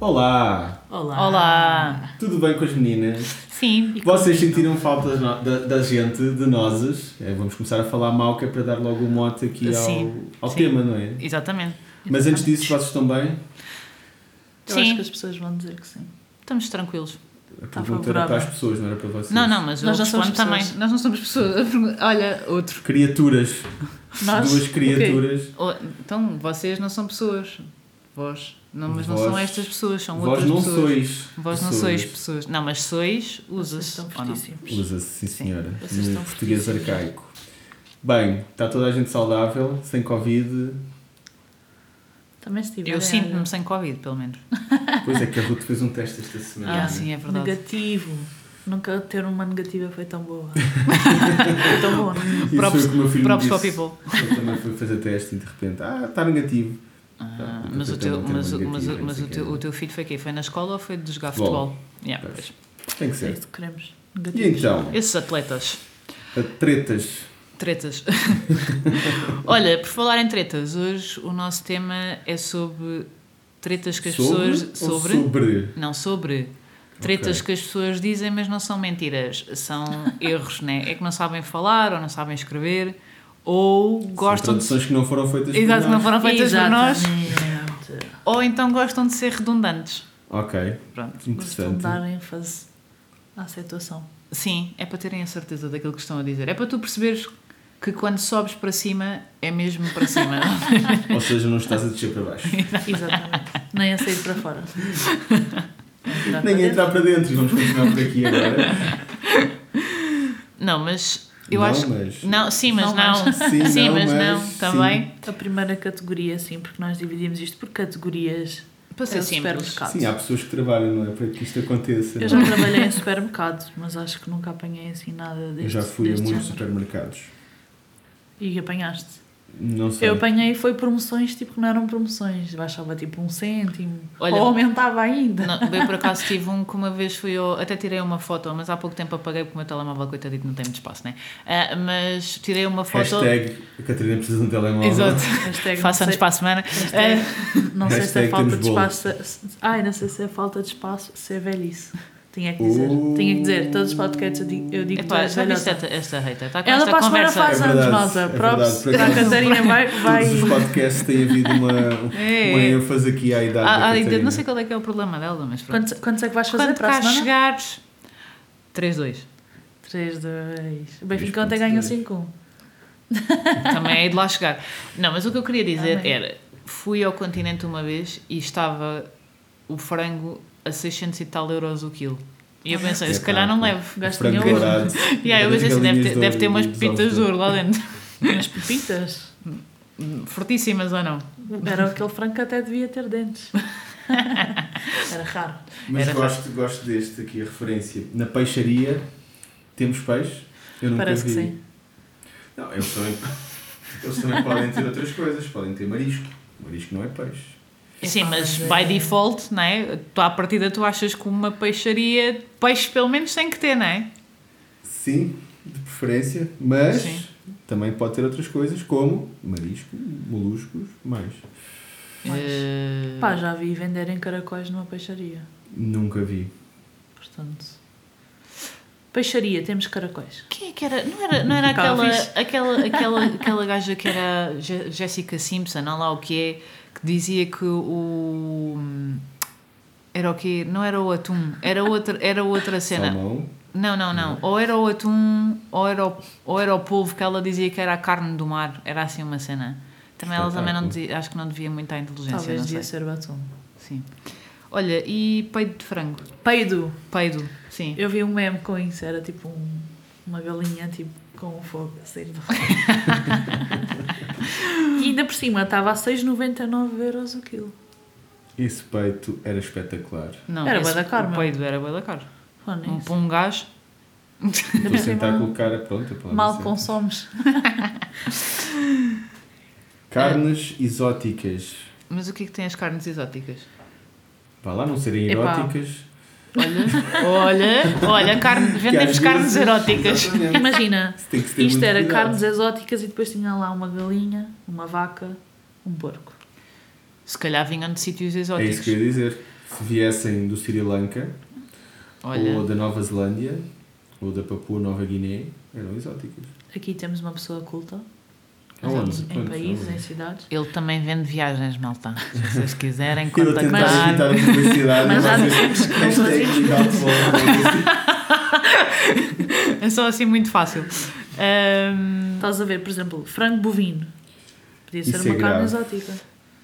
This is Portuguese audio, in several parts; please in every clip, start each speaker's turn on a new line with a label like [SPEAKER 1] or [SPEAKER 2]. [SPEAKER 1] Olá!
[SPEAKER 2] Olá.
[SPEAKER 3] Olá!
[SPEAKER 1] Tudo bem com as meninas?
[SPEAKER 3] Sim, e
[SPEAKER 1] Vocês sentiram falta da, da, da gente, de nozes? É, vamos começar a falar mal, que é para dar logo o mote aqui
[SPEAKER 3] Sim,
[SPEAKER 1] ao, ao
[SPEAKER 3] sim.
[SPEAKER 1] tema, não é?
[SPEAKER 3] exatamente.
[SPEAKER 1] Mas antes disso, vocês estão bem?
[SPEAKER 2] Eu
[SPEAKER 3] Sim.
[SPEAKER 2] acho que as pessoas vão dizer que sim.
[SPEAKER 3] Estamos tranquilos.
[SPEAKER 1] A pergunta era
[SPEAKER 2] favorável.
[SPEAKER 1] para as pessoas, não era para vocês.
[SPEAKER 3] Não, não, mas
[SPEAKER 2] Nós
[SPEAKER 3] eu
[SPEAKER 2] não somos
[SPEAKER 3] respondo também.
[SPEAKER 2] pessoas.
[SPEAKER 3] Nós não somos pessoas. Olha, outro.
[SPEAKER 1] Criaturas.
[SPEAKER 3] Nós?
[SPEAKER 1] Duas criaturas.
[SPEAKER 3] Oh, Então, vocês não são pessoas. Vós. Não, mas não
[SPEAKER 1] Vós-
[SPEAKER 3] são estas pessoas, são
[SPEAKER 1] Vós
[SPEAKER 3] outras
[SPEAKER 1] não
[SPEAKER 3] pessoas.
[SPEAKER 1] sois.
[SPEAKER 3] Vós não sois pessoas. Não, mas sois, usa-se.
[SPEAKER 2] Vocês
[SPEAKER 3] ou
[SPEAKER 2] estão
[SPEAKER 3] não?
[SPEAKER 2] fortíssimos.
[SPEAKER 1] Usa-se, sim
[SPEAKER 3] Sim.
[SPEAKER 1] senhora,
[SPEAKER 2] Vocês
[SPEAKER 1] no
[SPEAKER 2] estão
[SPEAKER 1] português
[SPEAKER 2] fortíssimos.
[SPEAKER 1] arcaico. Bem, está toda a gente saudável, sem Covid.
[SPEAKER 2] Também se tiver.
[SPEAKER 3] Eu sinto-me sem Covid, pelo menos.
[SPEAKER 1] Pois é que a Ruth fez um teste esta
[SPEAKER 3] Ah,
[SPEAKER 1] semana.
[SPEAKER 3] sim, é verdade.
[SPEAKER 2] Negativo. Nunca ter uma negativa foi tão boa. foi tão boa, não é?
[SPEAKER 1] Isso
[SPEAKER 3] Props-
[SPEAKER 1] foi o que o meu filho me
[SPEAKER 3] Props for
[SPEAKER 1] disse.
[SPEAKER 3] people.
[SPEAKER 1] Ele também foi fazer teste e de repente, ah, está negativo.
[SPEAKER 3] Ah,
[SPEAKER 1] Ah,
[SPEAKER 3] mas o
[SPEAKER 1] eu
[SPEAKER 3] teu,
[SPEAKER 1] também
[SPEAKER 3] mas, o-
[SPEAKER 1] tenho uma
[SPEAKER 3] mas, o-
[SPEAKER 1] negativa,
[SPEAKER 3] mas
[SPEAKER 1] não
[SPEAKER 3] o,
[SPEAKER 1] sei o
[SPEAKER 3] teu,
[SPEAKER 1] quê.
[SPEAKER 3] o teu filho foi aqui? Foi na escola ou foi de jogar
[SPEAKER 1] Futebol.
[SPEAKER 3] futebol? Yeah,
[SPEAKER 1] Pois.
[SPEAKER 3] pois.
[SPEAKER 1] Tem que
[SPEAKER 2] É
[SPEAKER 1] ser.
[SPEAKER 2] isso que queremos.
[SPEAKER 1] E
[SPEAKER 2] Negativos.
[SPEAKER 1] então,
[SPEAKER 3] Esses atletas.
[SPEAKER 1] a tretas.
[SPEAKER 3] Tretas. Olha, por falar em tretas, hoje o nosso tema é sobre tretas que as
[SPEAKER 1] sobre
[SPEAKER 3] pessoas.
[SPEAKER 1] ou
[SPEAKER 3] Sobre.
[SPEAKER 1] sobre?
[SPEAKER 3] Não sobre. Tretas
[SPEAKER 1] Ok.
[SPEAKER 3] que as pessoas dizem, mas não são mentiras. São erros, né? É que não sabem falar ou não sabem escrever ou
[SPEAKER 1] São
[SPEAKER 3] gostam de.
[SPEAKER 1] traduções que não foram feitas
[SPEAKER 3] Exato,
[SPEAKER 1] por
[SPEAKER 3] que não
[SPEAKER 1] nós.
[SPEAKER 3] foram feitas por nós.
[SPEAKER 2] Exatamente.
[SPEAKER 3] Ou então gostam de ser redundantes.
[SPEAKER 1] Ok,
[SPEAKER 3] Pronto.
[SPEAKER 2] Gostam
[SPEAKER 1] interessante.
[SPEAKER 2] de dar ênfase à situação.
[SPEAKER 3] Sim, é para terem a certeza daquilo que estão a dizer. É para tu perceberes que quando sobes para cima é mesmo para cima.
[SPEAKER 1] Ou seja, não estás a descer para baixo.
[SPEAKER 2] Exatamente. Nem a sair para fora. Entrar para
[SPEAKER 1] Nem
[SPEAKER 2] dentro.
[SPEAKER 1] entrar para dentro. Vamos continuar por aqui agora.
[SPEAKER 3] não, mas eu
[SPEAKER 1] não,
[SPEAKER 3] acho.
[SPEAKER 1] Mas...
[SPEAKER 3] Não, sim, mas
[SPEAKER 2] Não,
[SPEAKER 3] não.
[SPEAKER 2] mas-
[SPEAKER 1] Sim,
[SPEAKER 3] Sim,
[SPEAKER 1] não,
[SPEAKER 3] mas não, tá
[SPEAKER 1] sim.
[SPEAKER 3] também.
[SPEAKER 2] A primeira categoria, sim, porque nós dividimos isto por categorias.
[SPEAKER 3] Para ser
[SPEAKER 2] É o
[SPEAKER 3] simples.
[SPEAKER 2] supermercado.
[SPEAKER 1] Sim, há pessoas que trabalham, não é? Para que isto aconteça.
[SPEAKER 2] Eu
[SPEAKER 1] não
[SPEAKER 2] já
[SPEAKER 1] é?
[SPEAKER 2] trabalhei em supermercados, mas acho que nunca apanhei assim nada deste
[SPEAKER 1] Eu já fui a
[SPEAKER 2] deste
[SPEAKER 1] muitos
[SPEAKER 2] género.
[SPEAKER 1] supermercados.
[SPEAKER 2] E apanhaste.
[SPEAKER 1] Não sei.
[SPEAKER 2] Eu apanhei foi promoções tipo que não eram promoções. Baixava tipo um cêntimo.
[SPEAKER 3] Olha-
[SPEAKER 2] ou aumentava ainda.
[SPEAKER 3] Não, bem, por acaso tive um que uma vez fui eu, até tirei uma foto, mas há pouco tempo apaguei porque o meu telemóvel, coitadito, não tem muito espaço, né? Ah, mas tirei uma foto.
[SPEAKER 1] Hashtag a Catarina precisa de um telemóvel.
[SPEAKER 3] é Exato.
[SPEAKER 2] Hashtag não sei-
[SPEAKER 3] Faça-nos para a semana. Ah,
[SPEAKER 2] hashtag- Não sei se é
[SPEAKER 1] Hashtag
[SPEAKER 2] falta de
[SPEAKER 1] temos bolo.
[SPEAKER 2] espaço. se- Ai, não sei se é falta de espaço, se é velhice. Tinha que dizer.
[SPEAKER 1] Uh.
[SPEAKER 2] Tinha que dizer. Todos os podcasts eu digo, eu digo que tu
[SPEAKER 3] Epá,
[SPEAKER 2] és
[SPEAKER 3] já viste
[SPEAKER 2] velhota.
[SPEAKER 3] esta, esta hater? Está com
[SPEAKER 2] Ela
[SPEAKER 3] é esta
[SPEAKER 2] para a semana
[SPEAKER 3] conversa.
[SPEAKER 2] faz
[SPEAKER 1] É
[SPEAKER 2] anos,
[SPEAKER 1] verdade,
[SPEAKER 2] malta.
[SPEAKER 1] é
[SPEAKER 2] Props.
[SPEAKER 1] verdade, por
[SPEAKER 2] Para a
[SPEAKER 1] acaso.
[SPEAKER 2] Catarina vai. vai...
[SPEAKER 1] Todos os podcasts têm havido uma, um uma
[SPEAKER 3] É.
[SPEAKER 1] ênfase aqui à idade.
[SPEAKER 3] Ah,
[SPEAKER 1] da
[SPEAKER 3] ah,
[SPEAKER 1] Catarina.
[SPEAKER 3] não sei qual é que é o problema dela, mas pronto.
[SPEAKER 2] Quantos, quantos é que vais fazer
[SPEAKER 3] Quando
[SPEAKER 2] para a
[SPEAKER 3] cá
[SPEAKER 2] semana?
[SPEAKER 3] chegares. 3-2.
[SPEAKER 2] 3, 2. O
[SPEAKER 1] Três
[SPEAKER 2] Benfica ontem
[SPEAKER 1] pontos,
[SPEAKER 2] ganhou um.
[SPEAKER 1] dois.
[SPEAKER 2] 5, 1.
[SPEAKER 3] Também é de lá chegar. Não, mas o que eu queria dizer
[SPEAKER 2] Também.
[SPEAKER 3] era: fui ao continente uma vez e estava o frango a 600 e tal euros o quilo. E eu pensei, se
[SPEAKER 1] Epá,
[SPEAKER 3] calhar não
[SPEAKER 1] pá.
[SPEAKER 3] levo.
[SPEAKER 2] Gasto
[SPEAKER 1] Frango
[SPEAKER 2] dinheiro.
[SPEAKER 1] dourado.
[SPEAKER 3] E aí
[SPEAKER 1] Galinhas
[SPEAKER 3] eu pensei assim: deve ter,
[SPEAKER 1] de
[SPEAKER 3] deve ter
[SPEAKER 1] ouro
[SPEAKER 3] umas
[SPEAKER 1] e dos
[SPEAKER 3] pepitas
[SPEAKER 1] ovos
[SPEAKER 3] de ouro lá dentro.
[SPEAKER 2] Umas pepitas.
[SPEAKER 3] Fortíssimas ou não?
[SPEAKER 2] Era aquele franco que até devia ter dentes. Era raro.
[SPEAKER 1] Mas
[SPEAKER 3] Era
[SPEAKER 1] gosto, gosto deste aqui, a referência. Na peixaria, temos peixe? Eu nunca
[SPEAKER 2] Parece que
[SPEAKER 1] vi.
[SPEAKER 2] sim.
[SPEAKER 1] Não, eles também, eles também podem ter outras coisas. Podem ter marisco. Marisco não é peixe.
[SPEAKER 3] Sim,
[SPEAKER 2] Epá,
[SPEAKER 3] mas
[SPEAKER 2] mas é-
[SPEAKER 3] by default, não é? Tu, à partida, tu achas que uma peixaria, peixe pelo menos tem que ter, não é?
[SPEAKER 1] Sim, de preferência. Mas
[SPEAKER 3] Sim.
[SPEAKER 1] também pode ter outras coisas, como marisco, moluscos, mais.
[SPEAKER 2] Mas-
[SPEAKER 3] Eh,
[SPEAKER 2] Pá, já vi venderem caracóis numa peixaria.
[SPEAKER 1] Nunca vi.
[SPEAKER 2] Portanto. Peixaria, temos caracóis.
[SPEAKER 3] Quem é que era? Não era, não era
[SPEAKER 2] Cara,
[SPEAKER 3] aquela,
[SPEAKER 2] Tá fixe.
[SPEAKER 3] aquela, aquela, aquela gaja que era Je- Jessica Simpson, não lá o que é, que dizia que o. Era o quê? Não era o atum, era outra, era outra cena.
[SPEAKER 1] Salmão.
[SPEAKER 3] Não, não, não. Ou era o atum, ou era o, ou era o polvo que ela dizia que era a carne do mar. Era assim uma cena. Também ela também não
[SPEAKER 1] Espetáculo.
[SPEAKER 3] dizia, acho que não devia muito à inteligência,
[SPEAKER 2] Talvez
[SPEAKER 3] não sei.
[SPEAKER 2] devia ser batom.
[SPEAKER 3] Sim. Olha, e peido de frango?
[SPEAKER 2] Peido.
[SPEAKER 3] Peido, sim.
[SPEAKER 2] Eu vi um meme com isso. Era tipo um- uma galinha tipo, com um fogo a sair do E ainda por cima estava a 6,99 euros o quilo.
[SPEAKER 1] Esse peito era espetacular.
[SPEAKER 3] Não,
[SPEAKER 2] Era
[SPEAKER 3] esse-
[SPEAKER 2] bué da caro,
[SPEAKER 3] O
[SPEAKER 2] meu.
[SPEAKER 3] peido era bué da caro.
[SPEAKER 2] Pá, nem
[SPEAKER 3] Um,
[SPEAKER 2] sei.
[SPEAKER 3] para um gajo.
[SPEAKER 2] Ainda por
[SPEAKER 1] Estou a
[SPEAKER 2] cima,
[SPEAKER 1] tentar colocar a pronta. a palavra
[SPEAKER 2] Mal
[SPEAKER 1] certa.
[SPEAKER 2] consomes.
[SPEAKER 1] Carnes exóticas.
[SPEAKER 3] Mas o que é que tem as carnes exóticas?
[SPEAKER 1] Vá lá, não serem
[SPEAKER 2] Epá.
[SPEAKER 1] eróticas.
[SPEAKER 3] Olha, olha, olha, carne, vendemos
[SPEAKER 1] às
[SPEAKER 3] carnes
[SPEAKER 1] vezes-
[SPEAKER 3] eróticas.
[SPEAKER 1] Exatamente.
[SPEAKER 2] Imagina,
[SPEAKER 1] Tem que se ter
[SPEAKER 2] isto
[SPEAKER 1] muito
[SPEAKER 2] era
[SPEAKER 1] cuidado.
[SPEAKER 2] carnes exóticas e depois tinha lá uma galinha, uma vaca, um porco.
[SPEAKER 3] Se calhar vinham de sítios
[SPEAKER 1] É isso
[SPEAKER 3] exóticos.
[SPEAKER 1] que eu ia dizer. se viessem do Sri Lanka,
[SPEAKER 3] Olha,
[SPEAKER 1] ou da Nova Zelândia, ou da Papua Nova Guiné, eram exóticas.
[SPEAKER 2] Aqui temos uma pessoa culta.
[SPEAKER 1] Aonde?
[SPEAKER 2] Em
[SPEAKER 1] Quantos?
[SPEAKER 2] países, em
[SPEAKER 1] Aonde?
[SPEAKER 2] cidades.
[SPEAKER 3] ele também vende viagens, malta. Se vocês quiserem
[SPEAKER 1] Eu a tentar evitar
[SPEAKER 3] contactar.
[SPEAKER 1] a publicidade,
[SPEAKER 2] Mas há
[SPEAKER 1] vocês-
[SPEAKER 2] dizemos que não
[SPEAKER 1] hashtag
[SPEAKER 2] fazemos.
[SPEAKER 1] cuidado com o-
[SPEAKER 3] É só assim muito fácil. Ahm,
[SPEAKER 2] Estás a ver, por exemplo, frango bovino. Podia ser
[SPEAKER 1] Isso é
[SPEAKER 2] uma
[SPEAKER 1] grave.
[SPEAKER 2] carne exótica.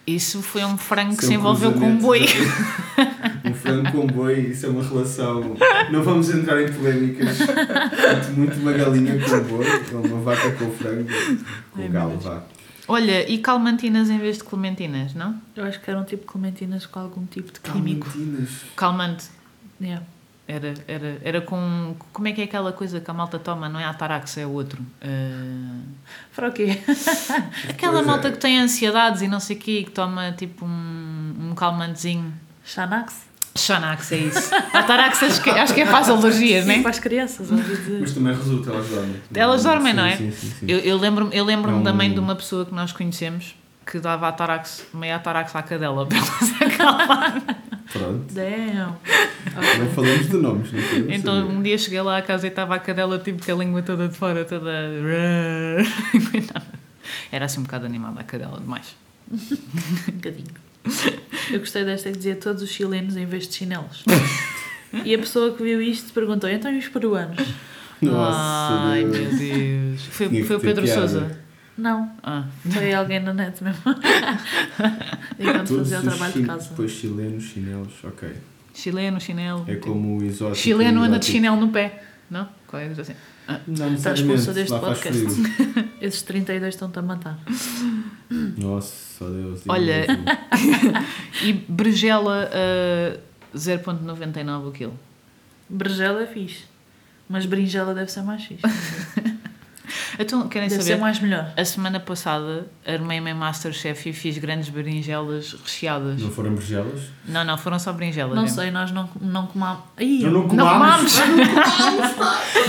[SPEAKER 3] isso foi um frango que
[SPEAKER 1] Isso é
[SPEAKER 3] se
[SPEAKER 1] um
[SPEAKER 3] envolveu com um
[SPEAKER 1] cruzamento,
[SPEAKER 3] boi.
[SPEAKER 1] sabe? Um frango com boi, isso é uma relação. Não vamos entrar em polémicas. Muito, muito uma galinha com um boi, ou uma vaca com frango,
[SPEAKER 2] Ai,
[SPEAKER 1] com
[SPEAKER 2] meu
[SPEAKER 1] galo,
[SPEAKER 2] Deus.
[SPEAKER 1] vá.
[SPEAKER 3] Olha, e calmantinas em vez de clementinas, não?
[SPEAKER 2] Eu acho que eram tipo clementinas com algum tipo de químico.
[SPEAKER 1] Calmentinas.
[SPEAKER 3] Calmante.
[SPEAKER 2] Yeah.
[SPEAKER 3] Era, era, era com. Como é que é aquela coisa que a malta toma? Não é a Atarax, é outro. Ah,
[SPEAKER 2] Para o quê?
[SPEAKER 3] aquela
[SPEAKER 1] Pois é.
[SPEAKER 3] malta que tem ansiedades e não sei o quê, que toma tipo um, um calmantezinho.
[SPEAKER 2] Xanax?
[SPEAKER 3] Xanax, é isso. A Atarax acho que, acho que é para as alergias, não
[SPEAKER 2] Sim,
[SPEAKER 3] é?
[SPEAKER 2] para as crianças, ouvi dizer.
[SPEAKER 1] Mas também resulta, elas dormem.
[SPEAKER 3] Elas dormem,
[SPEAKER 1] Sim,
[SPEAKER 3] não é?
[SPEAKER 1] Sim, sim, sim.
[SPEAKER 3] Eu, eu lembro-me eu lembro
[SPEAKER 1] É um-
[SPEAKER 3] da mãe de uma pessoa que nós conhecemos que dava a tarax, meia tarax à cadela para ela se acalmar.
[SPEAKER 1] Pronto.
[SPEAKER 2] Damn!
[SPEAKER 1] Não falamos de nomes, não temos.
[SPEAKER 3] Então um dia cheguei lá à casa e estava a cadela tipo com a língua toda de fora, toda. Aguentava. Era assim um bocado animada a cadela demais.
[SPEAKER 2] Um bocadinho. Eu gostei desta que dizia todos os chilenos em vez de chinelos. E a pessoa que viu isto perguntou: então e os peruanos?
[SPEAKER 1] Nossa,
[SPEAKER 3] Ai
[SPEAKER 1] Deus.
[SPEAKER 3] meu Deus. Foi,
[SPEAKER 1] Tinha que
[SPEAKER 3] foi o
[SPEAKER 1] ter
[SPEAKER 3] Pedro
[SPEAKER 1] piada.
[SPEAKER 3] Souza.
[SPEAKER 2] Não,
[SPEAKER 3] Ah.
[SPEAKER 2] foi alguém na net mesmo. E quando
[SPEAKER 1] Todos
[SPEAKER 2] fazia o
[SPEAKER 1] os
[SPEAKER 2] trabalho de
[SPEAKER 1] chi-
[SPEAKER 2] casa.
[SPEAKER 1] Pois chilenos, chinelos, ok.
[SPEAKER 3] Chileno, chinelo.
[SPEAKER 1] É como o exótico.
[SPEAKER 3] Chileno
[SPEAKER 1] e
[SPEAKER 3] anda de
[SPEAKER 1] exótico.
[SPEAKER 3] chinelo no pé. Não? Qual é que diz assim?
[SPEAKER 1] Não
[SPEAKER 2] Está
[SPEAKER 1] necessariamente,
[SPEAKER 2] expulso deste
[SPEAKER 1] lá faz
[SPEAKER 2] podcast.
[SPEAKER 1] frio.
[SPEAKER 2] Esses 32 estão-te a matar.
[SPEAKER 1] Nossa, Deus.
[SPEAKER 3] Olha.
[SPEAKER 1] Deus.
[SPEAKER 3] E Brigela eh, a 0.99 o quilo.
[SPEAKER 2] Brigela é fixe. Mas berinjela deve ser mais fixe.
[SPEAKER 3] Então, querem
[SPEAKER 2] Deve ser
[SPEAKER 3] saber?
[SPEAKER 2] mais melhor.
[SPEAKER 3] A semana passada armei-me em Masterchef e fiz grandes berinjelas recheadas.
[SPEAKER 1] Não foram brejelas?
[SPEAKER 3] Não, não, foram só berinjelas.
[SPEAKER 2] Não
[SPEAKER 3] é mesmo.
[SPEAKER 2] sei, nós não, não comamos. Ih,
[SPEAKER 1] Eu não
[SPEAKER 3] Não
[SPEAKER 1] comámos.
[SPEAKER 3] comámos!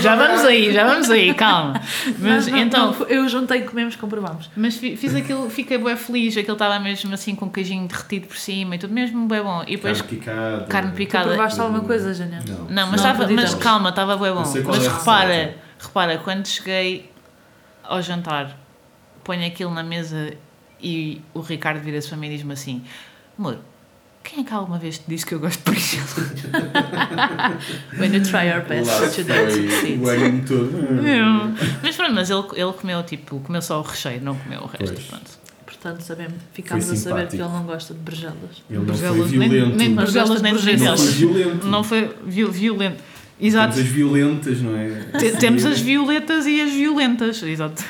[SPEAKER 3] já vamos aí, já vamos aí, calma. Mas
[SPEAKER 2] nós não-
[SPEAKER 3] então,
[SPEAKER 2] não- eu juntei, comemos, comprovamos.
[SPEAKER 3] mas fi- fiz aquilo, fiquei bué feliz, aquilo estava mesmo assim com um queijinho derretido por cima e tudo, mesmo bué bom. E depois
[SPEAKER 1] Carne picada.
[SPEAKER 3] carne
[SPEAKER 2] Tu
[SPEAKER 3] picada.
[SPEAKER 2] provaste alguma coisa, Janiel?
[SPEAKER 1] Hum, Não.
[SPEAKER 3] Não, mas,
[SPEAKER 2] Não,
[SPEAKER 3] tava-
[SPEAKER 2] acreditamos.
[SPEAKER 3] mas calma, estava bem bom.
[SPEAKER 1] Não sei qual
[SPEAKER 3] Mas
[SPEAKER 1] é a
[SPEAKER 3] repara,
[SPEAKER 1] receita.
[SPEAKER 3] repara, quando cheguei ao jantar, ponho aquilo na mesa e o Ricardo vira-se para mim e diz-me assim: amor, quem é que alguma vez te disse que eu gosto de berinjela?
[SPEAKER 2] When you try your
[SPEAKER 1] Lá
[SPEAKER 2] best,
[SPEAKER 1] se
[SPEAKER 2] you don't
[SPEAKER 1] foi
[SPEAKER 2] succeed.
[SPEAKER 1] o ano todo.
[SPEAKER 3] Não. mas pronto, mas ele, ele comeu tipo, comeu só o recheio, não comeu o resto.
[SPEAKER 1] Pois.
[SPEAKER 3] Pronto.
[SPEAKER 2] Portanto, sabemos, ficámos a saber que
[SPEAKER 1] simpático.
[SPEAKER 2] ele não gosta de brejelas.
[SPEAKER 1] Ele não foi
[SPEAKER 3] Brugelas,
[SPEAKER 1] violento.
[SPEAKER 3] Nem, nem
[SPEAKER 2] Mas
[SPEAKER 3] brugelas,
[SPEAKER 2] gosta de
[SPEAKER 3] nem
[SPEAKER 1] não foi
[SPEAKER 2] brugelas.
[SPEAKER 3] brugelas.
[SPEAKER 1] violento.
[SPEAKER 3] Não foi vi- violento. Exato.
[SPEAKER 1] Temos as violentas, não é?
[SPEAKER 3] Te- Temos as violetas e as violentas. Exato.